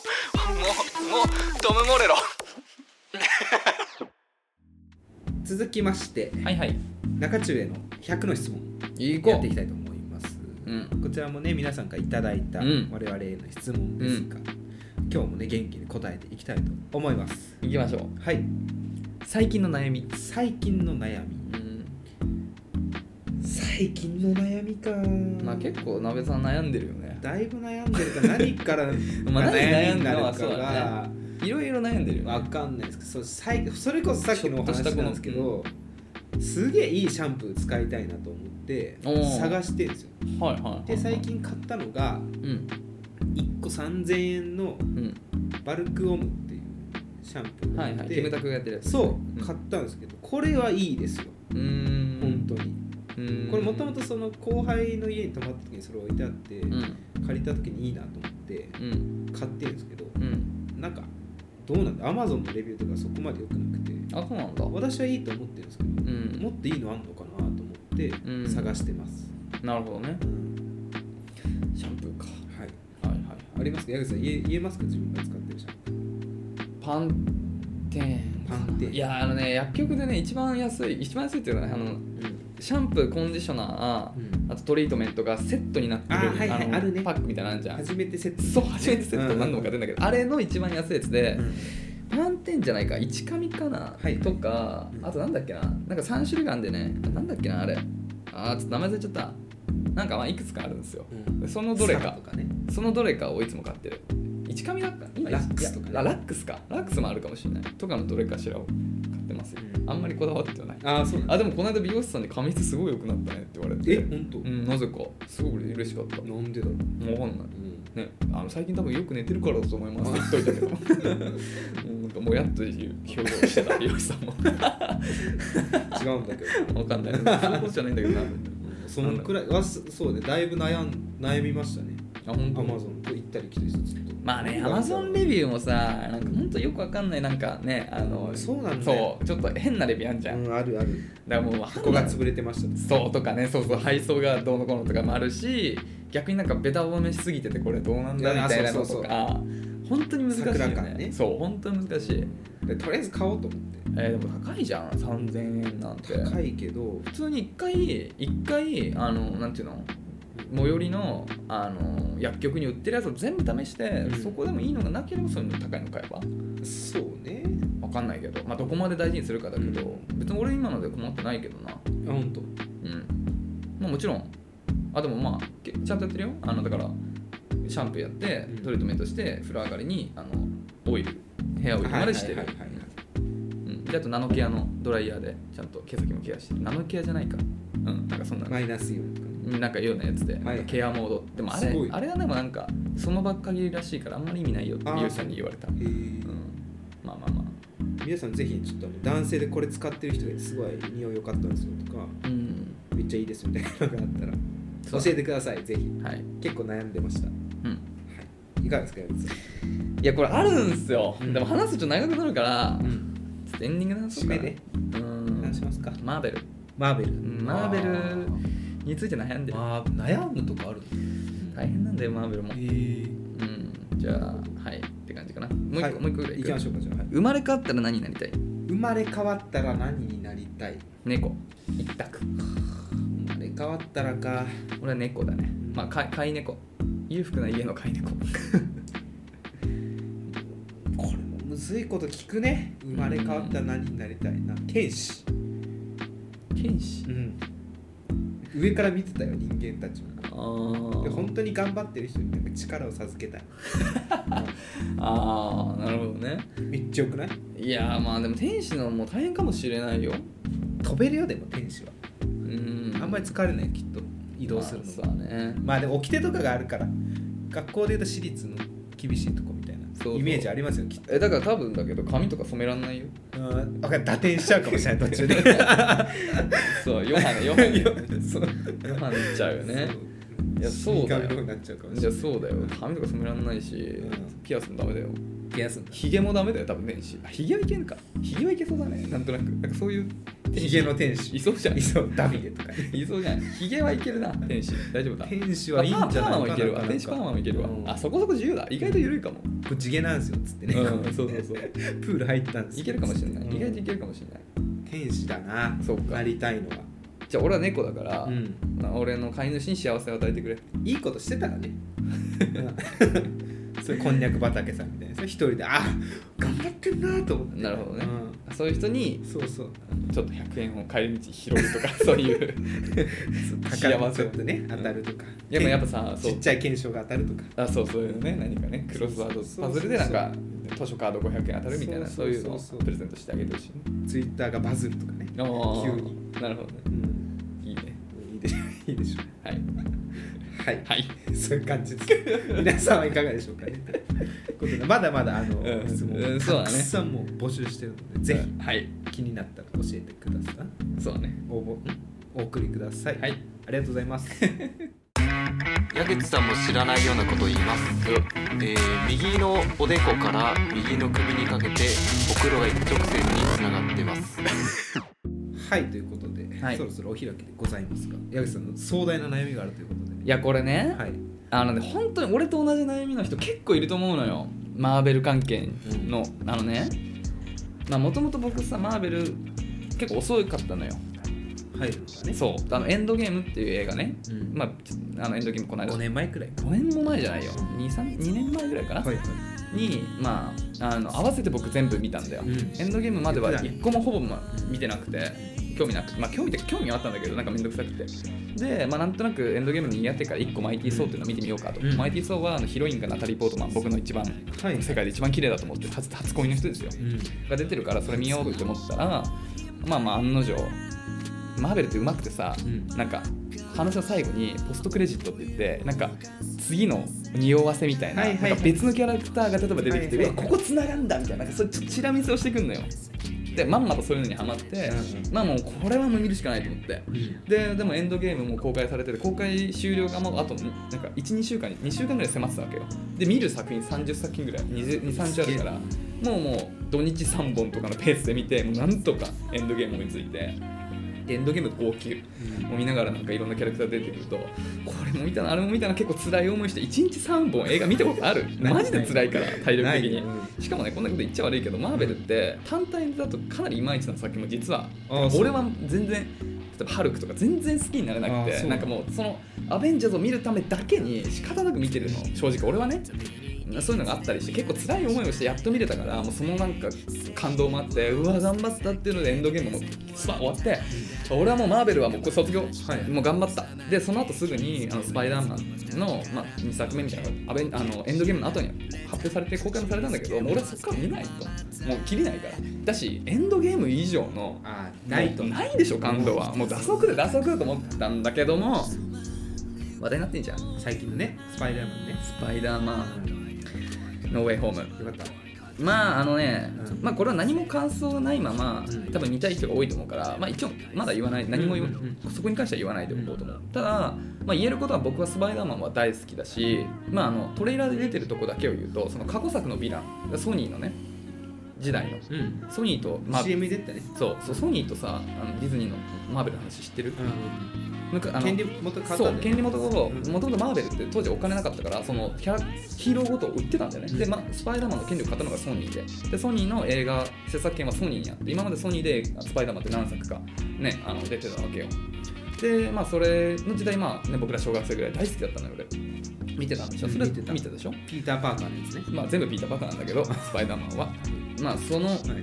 Speaker 2: う、もう、もう、トム・モレロ。は
Speaker 1: 続きまして
Speaker 2: いはい。
Speaker 1: 中中への100の質問
Speaker 2: 行こう。
Speaker 1: やっていきたいと思います、
Speaker 2: うん。
Speaker 1: こちらもね皆さんからいただいた
Speaker 2: うん
Speaker 1: 我々への質問ですが、今日もね元気に答えていきたいと思います
Speaker 2: 行きましょう。
Speaker 1: はい
Speaker 2: 最近の悩み。
Speaker 1: 最近の悩み
Speaker 2: うん。
Speaker 1: 最近の悩みか
Speaker 2: まあ結構、なべさん悩んでるよね。
Speaker 1: だいぶ悩んでるから何から
Speaker 2: まあ
Speaker 1: 悩みにな
Speaker 2: 悩んだのは
Speaker 1: る
Speaker 2: そ
Speaker 1: か
Speaker 2: うだ
Speaker 1: が
Speaker 2: いろいろ悩んでるよ、ね。
Speaker 1: わかんないですけどそう最それこそさっきのお話
Speaker 2: ちょっとしたこ
Speaker 1: な
Speaker 2: の
Speaker 1: んですけどすげえいいシャンプー使いたいなと思って
Speaker 2: おー
Speaker 1: 探してるんですよ
Speaker 2: はいはいはい。
Speaker 1: で最。近買ったのが
Speaker 2: うん。
Speaker 1: 1個3000円の
Speaker 2: うん。
Speaker 1: バルクオムっていうシャンプーが
Speaker 2: は
Speaker 1: あっ
Speaker 2: い
Speaker 1: て、
Speaker 2: はい。キムタクがやってるやつ。
Speaker 1: そううん買ったんですけどこれはいいですよ
Speaker 2: うーん。
Speaker 1: 本当に
Speaker 2: うん。
Speaker 1: これもともとその後輩の家に泊まった時にそれ置いてあって、
Speaker 2: うん。
Speaker 1: 借りた時にいいなと思って
Speaker 2: うん。
Speaker 1: 買ってるんですけど
Speaker 2: うん。
Speaker 1: なんかどうなんだアマゾンのレビューとかそこまで良くなくて
Speaker 2: あ、そうなんだ。
Speaker 1: 私はいいと思ってるんですけど
Speaker 2: うん。
Speaker 1: もっといいのあんのかなと思って
Speaker 2: うん
Speaker 1: 探してます、
Speaker 2: なるほどね。
Speaker 1: うん
Speaker 2: シャンプーか。
Speaker 1: はい
Speaker 2: はいはい。
Speaker 1: ありますか矢口さん言え言えますか自分が使ってるシャンプー
Speaker 2: パンテーン。
Speaker 1: パンテーン
Speaker 2: いや、あのね、薬局でね、一番安い、一番安いっていうかね、あの、シャンプー、コンディショナー、
Speaker 1: うん
Speaker 2: あとトリートメントがセットになってる
Speaker 1: あーはいはい
Speaker 2: の
Speaker 1: あるね
Speaker 2: パックみたいなのあるじゃん。
Speaker 1: 初めてセット
Speaker 2: そう、初めてセット何度も買ってんだけど、あれの一番安いやつで、
Speaker 1: うん
Speaker 2: パンテーンじゃないか、一紙かな、
Speaker 1: はい
Speaker 2: とか
Speaker 1: う、ん
Speaker 2: あとなんだっけな、なんか3種類があるんでね、あなんだっけな、あれ。あー、ちょっと名前忘れちゃった。なんかまあいくつかあるんですよ。
Speaker 1: うん
Speaker 2: そのどれか
Speaker 1: サラとかね
Speaker 2: そのどれかをいつも買ってる。一紙だっか今
Speaker 1: ラックスとかね
Speaker 2: いやララックスか。ラックスもあるかもしれない。とかのどれかしらを買ってますよ。
Speaker 1: うん
Speaker 2: あんまりこだわってはない。
Speaker 1: ああそうなんだ
Speaker 2: あ、でもこの間美容師さんに髪質すごい良くなったねって言われて。
Speaker 1: え本当、
Speaker 2: うん、なぜか。すごい嬉しかった。も
Speaker 1: なんでだろう、
Speaker 2: うわかんない。ね、あの最近多分よく寝てるからだと思います
Speaker 1: あ
Speaker 2: って言っといたけど うんなんかもやっという表情をしてた美容師さんも
Speaker 1: 違うんだけど
Speaker 2: わかんないそういうことじゃないんだけどな
Speaker 1: そのくらいはそうねだいぶ悩ん悩みましたね
Speaker 2: あ本
Speaker 1: ア
Speaker 2: 当
Speaker 1: マゾンと行ったり来たりしてずっと
Speaker 2: まあね、アマゾンレビューもさ、なんか本当よくわかんない、なんかね、あの、
Speaker 1: そうなんだよ
Speaker 2: そう、ちょっと変なレビューあんじゃん。だか
Speaker 1: うん、あるある
Speaker 2: らもう、
Speaker 1: 箱が潰れてましたと
Speaker 2: そうとかね、そうそう、配送がどうのこうのとかもあるし、逆になんかベタ褒めしすぎてて、これどうなんだ
Speaker 1: いや
Speaker 2: みたいなの
Speaker 1: そ
Speaker 2: と
Speaker 1: うそう
Speaker 2: か、本当に難しいよ
Speaker 1: 桜
Speaker 2: ね
Speaker 1: 感ね
Speaker 2: そう、本当に難しい。
Speaker 1: でとりあえず買おうと思って
Speaker 2: えーでも高いじゃん、3000円なんて。
Speaker 1: 高いけど
Speaker 2: 普通に1回、1回、あの、なんていうの最寄りのあの薬局に売ってるやつを全部試して、
Speaker 1: うん
Speaker 2: そこでもいいのがなければそういうの高いの買えば
Speaker 1: そうね
Speaker 2: わかんないけど、まあ、どこまで大事にするかだけど、
Speaker 1: う
Speaker 2: 別に俺今ので困ってないけどな
Speaker 1: あ本当。
Speaker 2: うんまあもちろんあでもまあけちゃんとやってるよあのだからシャンプーやって
Speaker 1: うん
Speaker 2: トリートメントして風呂上がりにあのオイルヘアオイルまでして
Speaker 1: は
Speaker 2: る
Speaker 1: いはいはいはい
Speaker 2: うんであとナノケアのドライヤーでちゃんと毛先もケアしてるナノケアじゃないかうんなんかそんな
Speaker 1: マイナスイオンとかね
Speaker 2: なんかいうようなやつで、
Speaker 1: はい
Speaker 2: ケアモードでもあれ
Speaker 1: すごい
Speaker 2: あれはでもなんかその場っかりらしいからあんまり意味ないよって
Speaker 1: あー
Speaker 2: 美容師さんに言われた、うん、
Speaker 1: えー
Speaker 2: まあまあま
Speaker 1: 皆さんぜひちょっとあの男性でこれ使ってる人ですごい匂い良かったんですよとか
Speaker 2: あうん
Speaker 1: めっちゃいいですみたいなのがあったら
Speaker 2: そ
Speaker 1: 教
Speaker 2: う
Speaker 1: えてくださいぜひ
Speaker 2: はい
Speaker 1: 結構悩んでましたは
Speaker 2: うん
Speaker 1: いいかがですか矢口さ
Speaker 2: いやこれあるんですよ、
Speaker 1: うん
Speaker 2: でも話すとちょっと長くなるから、
Speaker 1: ん、
Speaker 2: ちょっとエンディングなんす
Speaker 1: 締
Speaker 2: か
Speaker 1: め
Speaker 2: な
Speaker 1: で
Speaker 2: う
Speaker 1: 何し
Speaker 2: ん
Speaker 1: ますか
Speaker 2: マーベル
Speaker 1: マーベル
Speaker 2: んマーベルについて悩んでる
Speaker 1: まあ悩むとかある
Speaker 2: 大変なんだよマーベルも
Speaker 1: えー
Speaker 2: うんじゃあはいって感じかなもう一個、
Speaker 1: はい
Speaker 2: もう一個ぐらい
Speaker 1: 行きましょうかじゃあ、はい
Speaker 2: 生まれ変わったら何になりたい
Speaker 1: 生まれ変わったら何になりたい
Speaker 2: 猫一択
Speaker 1: 生まれ変わったらか
Speaker 2: 俺は猫だねまあ飼い飼い猫裕福な家の 飼い猫
Speaker 1: これもむずいこと聞くね生まれ変わったら何になりたいな天使
Speaker 2: 天使
Speaker 1: うん上から見てたよ人間たちをで
Speaker 2: 本
Speaker 1: 本当に頑張ってる人になんか力を授けたい
Speaker 2: ああなるほどね
Speaker 1: めっちゃよくない
Speaker 2: いやーまあでも天使のも大変かもしれないよ
Speaker 1: 飛べるよでも天使は
Speaker 2: うん
Speaker 1: あんまり疲れないきっと移動するの
Speaker 2: そ
Speaker 1: も
Speaker 2: うね
Speaker 1: まあでも掟とかがあるから学校でいうと私立の厳しいとこみたいな
Speaker 2: そうそう
Speaker 1: イメージありますよきっと
Speaker 2: えだから多分だけど髪とか染めらんないよ
Speaker 1: うんわかる打点しちゃうかもしれ ない途中で
Speaker 2: そうヨハネヨハネ
Speaker 1: そう
Speaker 2: ヨハネっちゃうよねいや
Speaker 1: そう
Speaker 2: そうだよ
Speaker 1: 死神のようになっちゃうかもし
Speaker 2: じゃ
Speaker 1: れ
Speaker 2: あ
Speaker 1: ない
Speaker 2: そうだよ髪とか染めらんないし、
Speaker 1: うん
Speaker 2: ピアスもダメだよ
Speaker 1: ピアスの
Speaker 2: ヒゲもダメだよ多分天使あヒゲはいけんかヒゲはいけそうだねなんとなくなんかそういう天使
Speaker 1: ヒゲの天使
Speaker 2: いそうじゃん
Speaker 1: いそうダビデとか
Speaker 2: いそうじゃんヒゲはいけるな天使大丈夫だ
Speaker 1: 天使はいいんじゃ
Speaker 2: あパーマ
Speaker 1: ない
Speaker 2: もい
Speaker 1: か
Speaker 2: けるわ
Speaker 1: な
Speaker 2: 天使パーマもいけるわ、
Speaker 1: うん
Speaker 2: あそこそこ自由だ意外と緩いかも、
Speaker 1: これ地毛なんですよっつってね、
Speaker 2: うんそうそうそう
Speaker 1: プール入ったんです
Speaker 2: いけるかもしれない、
Speaker 1: うん
Speaker 2: 意外といけるかもしれない
Speaker 1: 天使だな
Speaker 2: そうか
Speaker 1: なりたいのは、
Speaker 2: じゃあ俺は猫だから、
Speaker 1: うん、
Speaker 2: 俺の飼い主に幸せを与えてくれ
Speaker 1: いいことしてたら ねそれこん にゃく畑さんみたいなそれ一人であ頑張ってんなと思って
Speaker 2: なるほどね
Speaker 1: うん
Speaker 2: そういう人に
Speaker 1: そうそう
Speaker 2: ちょっと100円を帰り道拾うとか そういう
Speaker 1: 宝
Speaker 2: 幸
Speaker 1: ち
Speaker 2: せ
Speaker 1: ょっとね当たるとか、
Speaker 2: でもやっぱさ
Speaker 1: ち
Speaker 2: そう
Speaker 1: っちゃい懸賞が当たるとか
Speaker 2: あそうそういうのね何かねクロスワードパズルでなんか図書カード500円当たるみたいな
Speaker 1: そ
Speaker 2: そうう
Speaker 1: そ
Speaker 2: いうう
Speaker 1: そ
Speaker 2: の
Speaker 1: う
Speaker 2: を
Speaker 1: そう
Speaker 2: プレゼントしてあげてほしいね
Speaker 1: ツイッターがバズるとかね、
Speaker 2: あー
Speaker 1: 急に
Speaker 2: なるほどね
Speaker 1: うん、
Speaker 2: いいね
Speaker 1: いいでしょ いいでしょ
Speaker 2: はい
Speaker 1: はい
Speaker 2: はい
Speaker 1: そういう感じです。皆さんはいかがでしょうかね。ということでまだまだあの、
Speaker 2: うん
Speaker 1: 質問
Speaker 2: うんそう
Speaker 1: た
Speaker 2: だ
Speaker 1: く
Speaker 2: ね
Speaker 1: さんもう募集してるので、ぜ
Speaker 2: はい
Speaker 1: ひ気になったら教えてください。
Speaker 2: そうだね
Speaker 1: 応募お送りください。
Speaker 2: はい
Speaker 1: ありがとうございます。
Speaker 3: 矢口さんも知らないようなことを言います、えー右のおでこから右の首にかけてほくろが一直線につながってます
Speaker 1: はいということで、
Speaker 2: はい
Speaker 1: そろそろお開きでございますが、矢口さんの壮大な悩みがあるということで。
Speaker 2: いやこれね、
Speaker 1: はい。
Speaker 2: あのね本当に俺と同じ悩みの人結構いると思うのよマーベル関係の、あのねまあもともと僕さマーベル結構遅かったのよ
Speaker 1: 入るのがね。
Speaker 2: そうあのエンドゲームっていう映画ね、
Speaker 1: うん
Speaker 2: まあちょあのエンドゲームこの間
Speaker 1: 5年前くらいか。
Speaker 2: 5年も前じゃないよ23 2年前ぐらいかな、
Speaker 1: はいはい。
Speaker 2: にまああの合わせて僕全部見たんだよ、
Speaker 1: うん
Speaker 2: エンドゲームまでは
Speaker 1: 言ってたね
Speaker 2: 一個もほぼ、まあ、見てなくて興味なくまあ興味って興味はあったんだけどなんかめんどくさくてでまあなんとなくエンドゲームにやってから一個マイティー・ソーっていうのを見てみようかと、
Speaker 1: うん
Speaker 2: マイティー・ソーはあのヒロインがナタリー・ポートマン僕の一番
Speaker 1: はい
Speaker 2: 世界で一番綺麗だと思って初初恋の人ですよ
Speaker 1: うん。
Speaker 2: が出てるからそれ見ようって思ったらまあまあ案の定マーベルってうまくてさ、
Speaker 1: うん
Speaker 2: なんか話の最後にポストクレジットって言ってなんか次の匂わせみたいな,、
Speaker 1: はいはいはい
Speaker 2: なんか別のキャラクターが例えば出てきて、
Speaker 1: はいはいう
Speaker 2: わここ繋がんだみたいななんかそれちょっとチラ見せをしてくんのよでまんまとそういうのにハマって、
Speaker 1: う
Speaker 2: まあもうこれはもう見るしかないと思ってででもエンドゲームも公開されてて公開終了がもうあとなんか12週間に2週間ぐらい迫ってたわけよで見る作品30作品ぐらい2030あるからもうもう土日3本とかのペースで見てもうなんとかエンドゲーム追いついてでエンドゲーム号泣を見ながらなんかいろんなキャラクター出てくるとこれも見たなあれも見たな結構辛い思いして1日3本映画見たことある
Speaker 1: ない
Speaker 2: マジで辛いから体力的
Speaker 1: な
Speaker 2: に
Speaker 1: いうん
Speaker 2: しかもねこんなこと言っちゃ悪いけどマーベルって単体だとかなりいまいちな作品も実は
Speaker 1: ああそう
Speaker 2: 俺は全然例えばハルクとか全然好きになれなく
Speaker 1: ああ
Speaker 2: て
Speaker 1: そう
Speaker 2: なんかもうそのアベンジャーズを見るためだけに仕方なく見てるの正直俺はねそういうのがあったりして結構辛い思いをしてやっと見れたからもうそのなんか感動もあってうわ頑張ったっていうのでエンドゲームもスパッ終わって俺はもうマーベルはもう卒業、
Speaker 1: い
Speaker 2: もう頑張ったでその後すぐにあのスパイダーマンの、まあ、2作目みたいなのがアベンあのエンドゲームの後に発表されて公開もされたんだけどもう俺はそこから見ないともう切りないからだしエンドゲーム以上の
Speaker 1: あーないと。
Speaker 2: ないでしょ感動はもう打足で打足と思ったんだけども話題になってんじゃんス
Speaker 1: 最近のね、スパイダーマンね。
Speaker 2: パイダーマンノーウェイホーム
Speaker 1: よかった。
Speaker 2: まああのね、
Speaker 1: うん
Speaker 2: まあこれは何も感想ないまま、
Speaker 1: うん
Speaker 2: 多分見たい人が多いと思うから、まあ、一応まだ言わない何も言わ、
Speaker 1: うんうん
Speaker 2: そこに関しては言わないでおこうと思う、ただ、まあ、言えることは僕は「スパイダーマン」は大好きだし、まあ、あのトレーラーで出てるとこだけを言うとその過去作のヴィランソニーのね時代の
Speaker 1: うん。
Speaker 2: ソニーと、まあ、
Speaker 1: CM 出てたね。
Speaker 2: そうそうソニーとさあのディズニーのマーベルの話知ってる、なんかあの
Speaker 1: 権利元買った
Speaker 2: そうん
Speaker 1: だよ
Speaker 2: 権利元を
Speaker 1: うん
Speaker 2: もともとマーベルって当時お金なかったからそのキャラヒーローごと売ってたんだよね、
Speaker 1: うん
Speaker 2: で、ま、スパイダーマンの権利を買ったのがソニーででソニーの映画制作権はソニーにあって今までソニーでスパイダーマンって何作か、ね、あの出てたわけよでまあそれの時代まあ、ね、僕ら小学生ぐらい大好きだったのよ俺見てたんでしょ
Speaker 1: うん
Speaker 2: それ
Speaker 1: 見てた
Speaker 2: 見てたでしょ
Speaker 1: ピーター・パーカーのやつね。
Speaker 2: まあ全部ピーター・パーカーなん だけどスパイダーマンはまあそのヴ
Speaker 1: はい。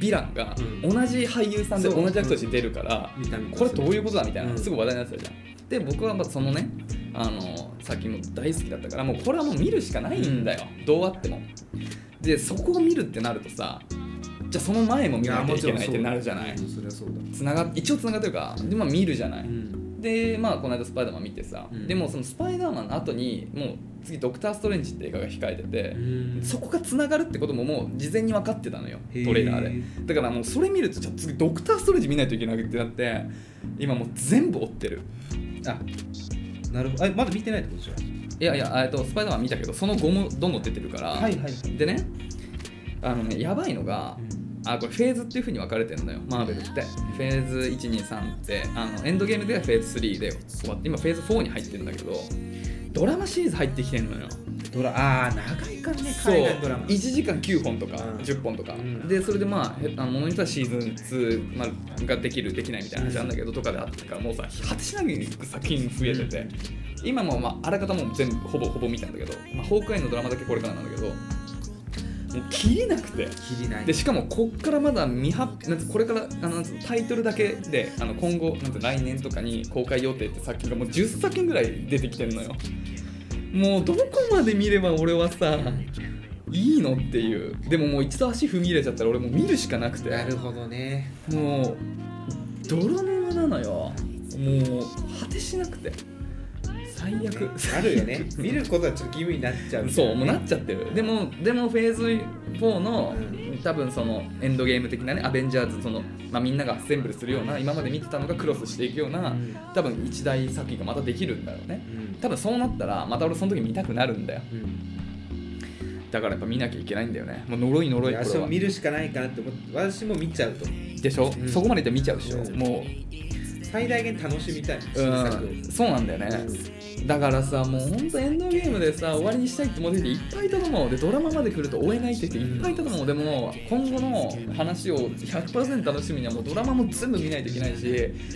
Speaker 2: ィランが
Speaker 1: うん
Speaker 2: 同じ俳優さんで
Speaker 1: そう
Speaker 2: 同じ役として出るから、
Speaker 1: 見た目
Speaker 2: これどういううことだみたいな、
Speaker 1: ん
Speaker 2: すぐ話題になってたじゃんで僕はまあそのねあのさっきも大好きだったからもうこれはもう見るしかないんだよ、どうあってもでそこを見るってなるとさじゃあその前も見なきゃいけないってなるじゃない
Speaker 1: うんそれはそうだ、
Speaker 2: つなが一応つながってるからでまあ見るじゃない、
Speaker 1: うん
Speaker 2: でまあこの間スパイダーマン見てさ、
Speaker 1: うん
Speaker 2: でもそのスパイダーマンの後にもう次「ドクター・ストレンジ」って映画が控えてて、そこがつながるってことももう事前に分かってたのよトレーラーでだからもうそれ見るとじゃあ次「ドクター・ストレンジ」見ないといけなくてなって今もう全部追ってる
Speaker 1: であなるほどあまだ見てないってことじゃ
Speaker 2: いやいやえっとスパイダーマン見たけどその後もどんどん出てるから、
Speaker 1: んはいはいはい
Speaker 2: でねあのねやばいのが、
Speaker 1: うん
Speaker 2: あこれフェーズっていう風に分かれてるのよマーベルってフェーズ123ってあのエンドゲームではフェーズ3で終わって今フェーズ4に入ってるんだけどドラマシリーズ入ってきてんのよ
Speaker 1: ドラあー長いからね
Speaker 2: そう
Speaker 1: 海外ドラマ
Speaker 2: 1時間9本とか
Speaker 1: うん
Speaker 2: 10本とか、
Speaker 1: うん
Speaker 2: でそれでまあへあのものによってはシーズン2、まあ、ができるできないみたいな話なんだけどとかであったからもうさ果てしなく作品増えてて、今も、まあ、あらかたもう全部ほぼほぼ見たんだけど、まあ、ホークアイのドラマだけこれからなんだけどもう切りなくて
Speaker 1: 切りない
Speaker 2: でしかもこっからまだ未発なんてこれからあのなんてタイトルだけであの今後なんて来年とかに公開予定って作品がもう10作品ぐらい出てきてるのよもうどこまで見れば俺はさいいのっていうでももう一度足踏み入れちゃったら俺もう見るしかなくて
Speaker 1: なるほどね
Speaker 2: もう泥沼なのよもう果てしなくて最悪
Speaker 1: あるよね見ることはちょっと義務になっちゃう
Speaker 2: そうもうなっちゃってるでもでもフェーズ4の多分そのエンドゲーム的なねアベンジャーズその、まあ、みんながアッセンブルするような今まで見てたのがクロスしていくような
Speaker 1: うん
Speaker 2: 多分一大作品がまたできるんだろうね
Speaker 1: うん
Speaker 2: 多分そうなったらまた俺その時見たくなるんだよ
Speaker 1: うん
Speaker 2: だからやっぱ見なきゃいけないんだよねもう呪い呪い
Speaker 1: いや
Speaker 2: こ
Speaker 1: 私
Speaker 2: れ
Speaker 1: も
Speaker 2: は
Speaker 1: 見るしかないかなって思って私も見ちゃうと
Speaker 2: でしょ、
Speaker 1: うん
Speaker 2: そこまでいったら見ちゃうでしょ、
Speaker 1: うん
Speaker 2: も
Speaker 1: 最大限楽しみたい新
Speaker 2: う、
Speaker 1: 作を
Speaker 2: うん、そうなんだよね、だからさもうほんとエンドゲームでさ終わりにしたいって思ってていっぱいいたと思うでドラマまで来ると追えないって言っていっぱいいたと思うでも今後の話を100%楽しみにはもうドラマも全部見ないといけないし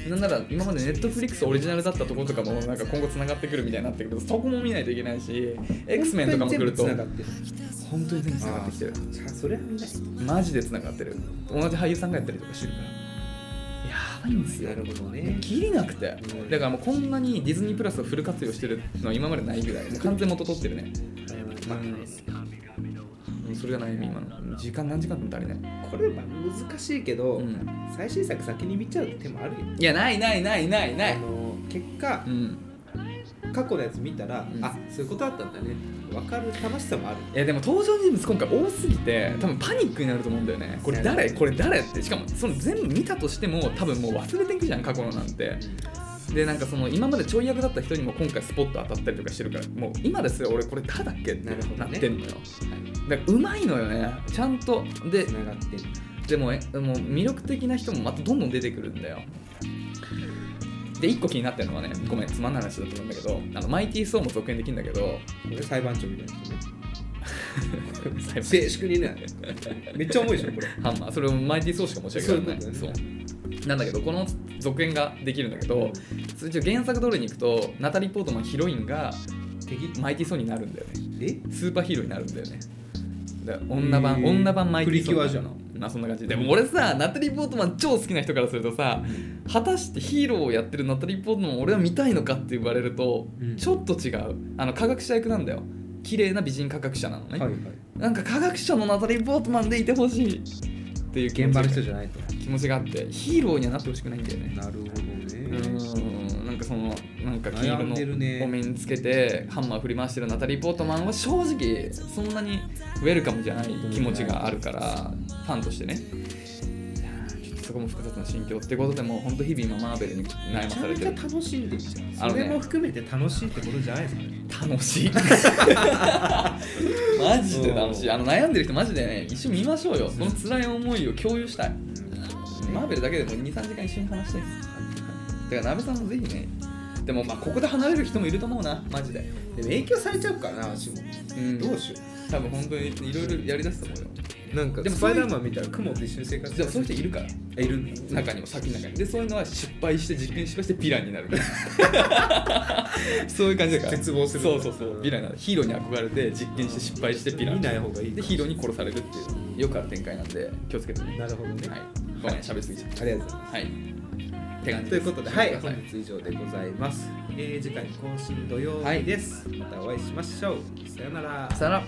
Speaker 2: なんなら今までネットフリックスオリジナルだったところとかもなんか今後つながってくるみたいになってくるとそこも見ないといけないし X メンとかも来ると
Speaker 1: 本当に全部繋
Speaker 2: 本当に全部つな
Speaker 1: が
Speaker 2: が
Speaker 1: っ
Speaker 2: ってて
Speaker 1: き
Speaker 2: き
Speaker 1: て
Speaker 2: て
Speaker 1: る
Speaker 2: る
Speaker 1: あーそれは見ない
Speaker 2: マジでつながってる同じ俳優さんがやったりとかしてるからやばいんですよ
Speaker 1: なるほどね
Speaker 2: 切りなくてだからもうこんなにディズニープラスをフル活用してるのは今までないぐらいもう完全元取ってるね
Speaker 1: まあ
Speaker 2: うんそれが悩み今の時間何時間でも足りない、
Speaker 1: これは難しいけど、
Speaker 2: うん、
Speaker 1: 最新作先に見ちゃう手もあるよ
Speaker 2: いやないないないないな
Speaker 1: あ
Speaker 2: い
Speaker 1: の結果
Speaker 2: う、ん
Speaker 1: 過去のやつ見たら、
Speaker 2: うん
Speaker 1: あそういうことあったんだね分かる楽しさもある
Speaker 2: いやでも登場人物今回多すぎて多分パニックになると思うんだよねこれ誰これ誰ってしかもその全部見たとしても多分もう忘れていくじゃん過去のなんてでなんかその今までちょい役だった人にも今回スポット当たったりとかしてるからもう今ですよ俺これ誰だっけって
Speaker 1: なるほど
Speaker 2: なっ
Speaker 1: ね
Speaker 2: てんのよ、だからうまいのよねちゃんとで
Speaker 1: つながってる
Speaker 2: でもえもう魅力的な人もまたどんどん出てくるんだよで1個気になってるのはねごめんつまんない話だと思うんだけどあのマイティー・ソーも続編できるんだけ ど
Speaker 1: これ裁判長みたいな人ね
Speaker 2: 最後
Speaker 1: 静粛にねめっちゃ重いでしょこれ
Speaker 2: ハンマーそれをマイティー・ソーしか申し上げられな
Speaker 1: そういうこと
Speaker 2: いそ
Speaker 1: だよね
Speaker 2: うなんだけどこの続編ができるんだけどそれ一応原作通りに行くとナタリー・ポートマンヒロインが
Speaker 1: 敵
Speaker 2: マイティー・ソーになるんだよね
Speaker 1: え
Speaker 2: スーパーヒーローになるんだよねだから女版
Speaker 1: へー
Speaker 2: 女版マイティーソー
Speaker 1: プリキュアじゃん
Speaker 2: まあそんな感じでも俺さナタリー・ポートマン超好きな人からするとさ果たしてヒーローをやってるナタリー・ポートマン俺は見たいのかって言われると、
Speaker 1: うん
Speaker 2: ちょっと違うあの科学者役なんだよ綺麗な美人科学者なのね、
Speaker 1: はいはい
Speaker 2: なんか科学者のナタリー・ポートマンでいてほしいっていう気持
Speaker 1: 現
Speaker 2: ちが
Speaker 1: 場の人じゃないと
Speaker 2: 気持ちがあってヒーローにはなってほしくないんだよね
Speaker 1: なるほど
Speaker 2: う
Speaker 1: ね
Speaker 2: ーんなんかそのなんか黄色
Speaker 1: 悩ん
Speaker 2: の
Speaker 1: でるね
Speaker 2: お面つけてハンマー振り回してるナタリー・ポートマンは正直そんなにウェルカムじゃない気持ちがあるからファンとしてねいやーちょっとそこも複雑な心境ってことでもう本当日々今マーベルに悩ま
Speaker 1: めちゃ
Speaker 2: され
Speaker 1: め
Speaker 2: て
Speaker 1: ちゃ
Speaker 2: る
Speaker 1: 楽しんでるじゃ
Speaker 2: あ
Speaker 1: ん
Speaker 2: の
Speaker 1: そ
Speaker 2: ね
Speaker 1: れも含めて楽しいってことじゃないですかね
Speaker 2: 楽しい マジで楽しいあの悩んでる人マジでね一緒に見ましょうよその辛い思いを共有したいマーベルだけでも23時間一緒に話したいですだから鍋さんもぜひねでもまあここで離れる人もいると思うなマジで
Speaker 1: でも影響されちゃうからな私も
Speaker 2: うん
Speaker 1: どうしよ
Speaker 2: 多分本当にいろいろやりだすと思うよ
Speaker 1: うなんか
Speaker 2: でも
Speaker 1: スパイダーマン見たら雲と一緒に生活
Speaker 2: でもそういう人いるから
Speaker 1: あいるんだ
Speaker 2: 中にも先の中にでそういうのは失敗して実験失敗してヴィランになるそういう感じだか ら
Speaker 1: 絶望する
Speaker 2: そうそうそうヴィランになるヒーローに憧れて実験して失敗してヴィラン
Speaker 1: 見ない方がいいかも
Speaker 2: でヒーローに殺されるっていうよくある展開なんで気をつけてね
Speaker 1: なるほどね
Speaker 2: はいごめん喋りすぎちゃっ
Speaker 1: ありがとうございます
Speaker 2: たはいって感じ
Speaker 1: とい
Speaker 2: で
Speaker 1: う
Speaker 2: す
Speaker 1: ことで、はい、
Speaker 2: は
Speaker 1: 本
Speaker 2: い
Speaker 1: 日以上でございます。えー次回更新土曜日です。またお会いしましょう。さよなら。
Speaker 2: さよなら